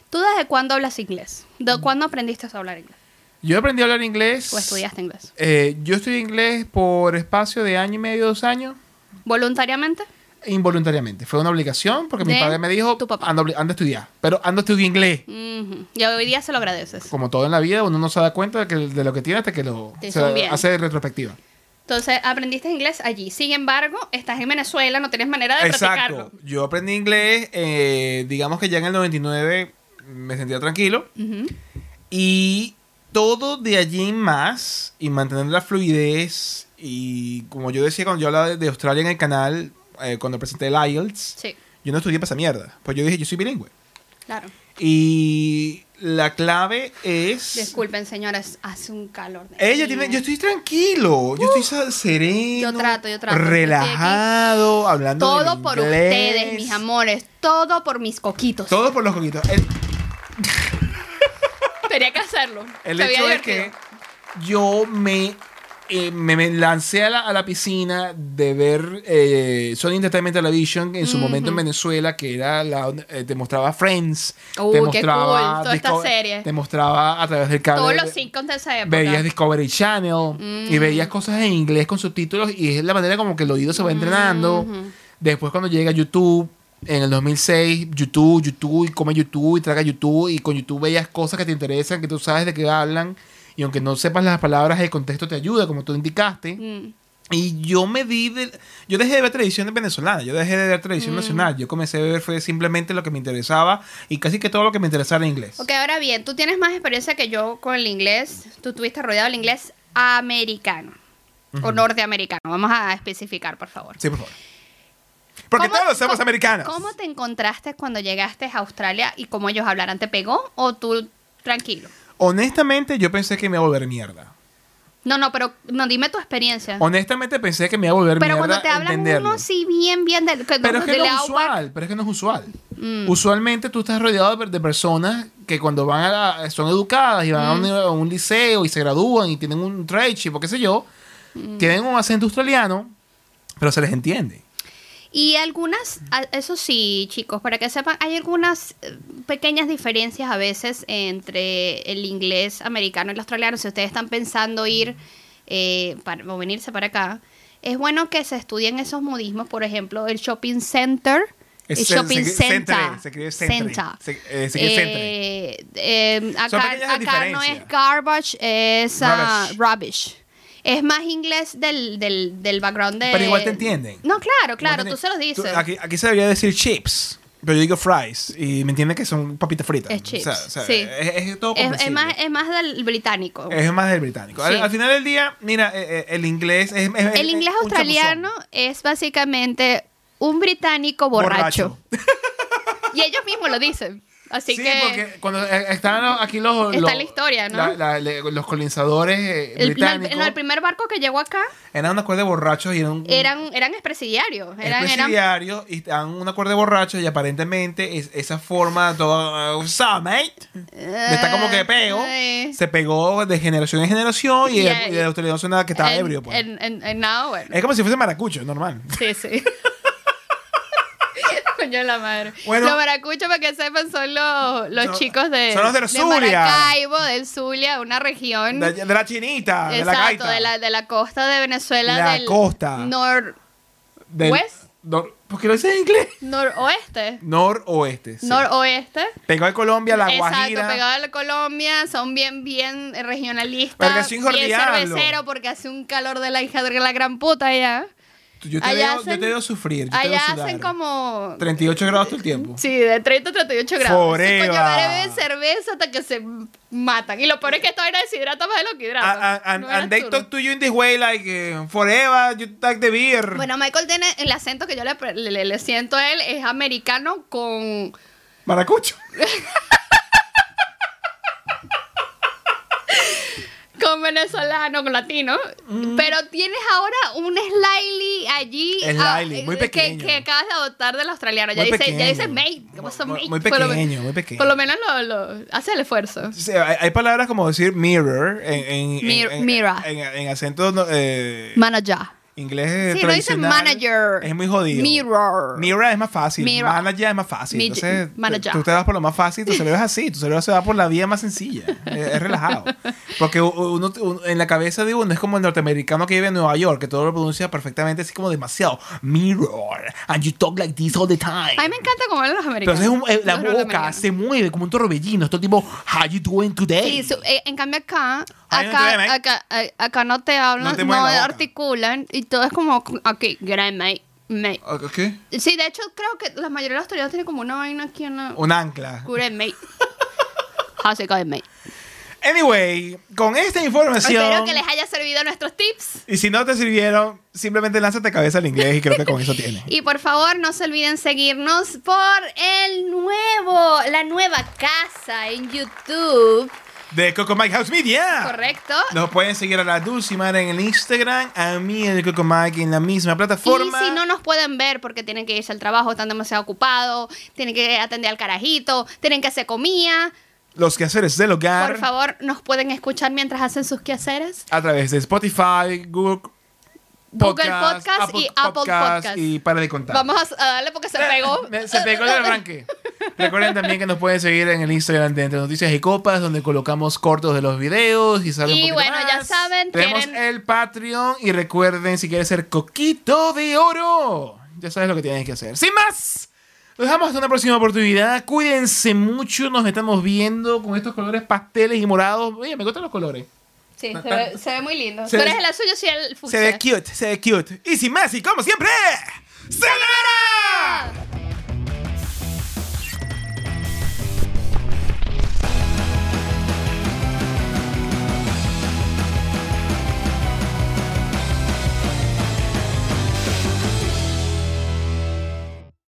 ¿Tú desde cuándo hablas inglés? ¿De cuándo aprendiste a hablar inglés? Yo aprendí a hablar inglés. ¿O estudiaste inglés? eh, yo estudié inglés por espacio de año y medio, dos años, ¿Voluntariamente? involuntariamente. Fue una obligación porque mi De padre me dijo, tu papá. anda, a estudiar, pero anda a estudiar inglés. Ujú. Y hoy día se lo agradeces. Como todo en la vida, uno no se da cuenta de, que- de lo que tiene hasta que lo Te se hizo un bien. hace retrospectiva. Entonces, aprendiste inglés allí. Sin embargo, estás en Venezuela, no tienes manera de Exacto. practicarlo. Yo aprendí inglés, eh, digamos que ya en el 99 me sentía tranquilo. Ujú. Y todo de allí en más, y mantener la fluidez, y como yo decía cuando yo hablaba de- de Australia en el canal, eh, cuando presenté el IELTS, Sí, yo no estudié para esa mierda. Pues yo dije, yo soy bilingüe. claro. Y la clave es... Disculpen, señores, hace un calor. de Ella mierda. tiene, yo estoy tranquilo, yo estoy sa- sereno, Yo trato, yo trato. relajado, hablando Todo del por inglés. ustedes, mis amores. Todo por mis coquitos. Todo por los coquitos. El, Tenía que hacerlo. el Se hecho había es que divertido. yo me, eh, me, me lancé a la, a la piscina de ver eh, Sony Entertainment Television en su momento en Venezuela, que era la, eh, te mostraba Friends, Uh, te qué mostraba cool, toda esta Disco- serie. te mostraba a través del cable Todos de- los sitcoms de esa época. veías Discovery Channel y veías cosas en inglés con subtítulos y es la manera como que el oído se va entrenando. Después cuando llega YouTube, en el 2006, YouTube, YouTube, y come YouTube, y traga YouTube, y con YouTube veías cosas que te interesan, que tú sabes de qué hablan, y aunque no sepas las palabras, el contexto te ayuda, como tú indicaste. Mm. Y yo me di de- yo dejé de ver televisión venezolana, yo dejé de ver Mm. televisión nacional, yo comencé a ver fue simplemente lo que me interesaba y casi que todo lo que me interesaba en inglés. Ok, ahora bien, tú tienes más experiencia que yo con el inglés. Tú tuviste rodeado el inglés americano. O norteamericano. Vamos a especificar, por favor. Sí, por favor. Porque ¿Cómo- todos somos cómo- americanos. ¿Cómo te encontraste cuando llegaste a Australia y cómo ellos hablaran? ¿Te pegó o tú tranquilo? Honestamente, yo pensé que me iba a volver mierda. No, no, pero no, dime tu experiencia. Honestamente, pensé que me iba a volver Pero mierda. cuando te hablan entenderlo. uno sí bien, bien del que Pero es que del no es agua, Mm. usual. Pero es que no es usual. Usualmente tú estás rodeado de, de personas que cuando van a la- son educadas y van Mm. a, un, a un liceo y se gradúan y tienen un trade o qué sé yo, Mm. tienen un acento australiano, pero se les entiende. Y algunas, a- eso sí, chicos, para que sepan, hay algunas eh, pequeñas diferencias a veces entre el inglés americano y el australiano. Si ustedes están pensando ir eh, para, o venirse para acá, es bueno que se estudien esos modismos. Por ejemplo, el shopping center. El Es shopping cen- se- center. centre, se escribe centre. Se- eh, se escribe Eh, eh, acá pequeñas acá no es diferencias. garbage, es ah, Rubbish. rubbish. Es más inglés del, del, del background de... Pero igual te entienden. No, claro, claro, No tú tenés- se los dices. aquí, aquí se debería decir chips, pero yo digo fries y me entienden que son papitas fritas. Es chips, O sea, o sea, sí. es, es todo es, es comprensible. más, es más del británico. Es más del británico. Al, Sí. al final del día, mira, eh, eh, el inglés es, es- es- el inglés es un australiano es básicamente un británico chapuzón. borracho. Y ellos mismos lo dicen. Así Sí, que porque cuando eh, están los- aquí los... Está los- la historia, ¿no? la- la- le- los colonizadores eh, el, no, el- británicos no, el primer barco que llegó acá eran una cuerda de borrachos y eran... un- eran, eran expresidiarios. Eran, es Mm. eran presidiario y dan una cuerda de borrachos y aparentemente es- esa forma toda uh, "Sup, mate?" está como que pego Ay. se pegó de generación en generación y, Yeah, el, y- y el australiano sonaba que estaba en- ebrio pues. en- en- en nada, bueno. es como si fuese maracucho normal Sí, sí. Coño de la madre. Bueno. los maracuchos, para que sepan, son los, los Son- chicos de, son los del Zulia. Maracaibo, del Zulia, una región. de, de la chinita Ah, de la Exacto, gaita de la, de la costa de Venezuela. La del costa. Nor, Del- West. nor- ¿Por qué lo dices en inglés? noroeste. Noroeste. sí. Noroeste. Pegado de Colombia, La Exacto, Guajira. pegado a la Colombia, son bien, bien Verga, regionalistas. sin Bien jordiarlo. cervecero porque hace un calor de la hija de la gran puta allá. yo, te allá veo, yo hacen- te veo sufrir. Yo te veo Allá sudar. hacen como 38 grados todo el tiempo. Sí, de 30 a 38 grados. Forever. Sí, coño, madre, beben cerveza hasta que se matan. Y lo peor es que esta vaina deshidrata más de lo que hidrata. And, Ah, and- No era and they absurdo. talk to you in this way like eh, forever, you talk the beer. Bueno, Michael tiene el acento que yo le, le- le siento a él, es americano con... Maracucho. Con venezolano, con latino. Mm. Pero tienes ahora un slightly allí. ah, Slightly, muy que- pequeño. Que, acabas de adoptar del australiano. Ya Muy dice, ya dice pequeño. mate. ¿Qué pasó, Muy- mate? muy Por lo men- pequeño, muy pequeño. Por lo menos lo, lo- hace el esfuerzo. Sí, hay, hay palabras como decir mirror en, en, en- Mir- en- mira. en- en acento no, eh, Manager. inglés Sí, no dice tradicional. manager. Es muy jodido. Mirror. Mirror es más fácil. Mirror. Manager es más fácil. Mi- Entonces, te- manager. tú te vas por lo más fácil, tu cerebro es así. Tu cerebro se va por la vía más sencilla. es, es relajado. Porque u- uno, uno- en la cabeza de uno es como el norteamericano que vive en Nueva York, que todo lo pronuncia perfectamente, así como demasiado. Mirror. And you talk like this all the time. A mí me encanta comer los Pero americanos. entonces es un- eh, la Los boca norteamericanos. se mueve como un torbellino. Esto tipo, how you doing today? Sí, su- eh, en cambio acá, Ay, no te acá, ve, mate. acá, eh, acá no te hablan, No no, te mueven la boca. articulan y todo es como, aquí, gran mate, mate. Ok. Sí, de hecho creo que la mayoría de los autoridades tienen como una vaina aquí en la... Un ancla. Good mate. How's it going, mate? Anyway, con esta información. Espero que les haya servido nuestros tips. Y si no te sirvieron, simplemente lánzate cabeza al inglés y creo que con eso tienes. Y por favor, no se olviden seguirnos por el nuevo, la nueva casa en YouTube. De Coco Mike House Ah. Media. Correcto. Nos pueden seguir a la Dulcimar en el Instagram, a mí en el Coco Mike en la misma plataforma. Y si no nos pueden ver porque tienen que irse al trabajo, están demasiado ocupados, tienen que atender al carajito, tienen que hacer comida. Los quehaceres del hogar. Por favor, nos pueden escuchar mientras hacen sus quehaceres. A través de Spotify, Google Google Podcast y Apple Podcast. Eh, Y para de contar. Vamos a, a darle porque se pegó. Me- Se pegó el arranque. Recuerden también que nos pueden seguir en el Instagram de Entre Noticias y Copas, donde colocamos cortos de los videos y saben Y un poquito bueno, ya más. saben, Tenemos tienen- el Patreon y recuerden, si quieres ser coquito de oro, ya sabes lo que tienes que hacer. Sin más, nos dejamos hasta una próxima oportunidad. Cuídense mucho, nos estamos viendo con estos colores pasteles y morados. Oye, me gustan los colores. Sí, se ve, se ve muy lindo. Se Tú ve- eres el azul, yo soy el Se fucsia. ve cute, se ve cute. Y sin más, y como siempre.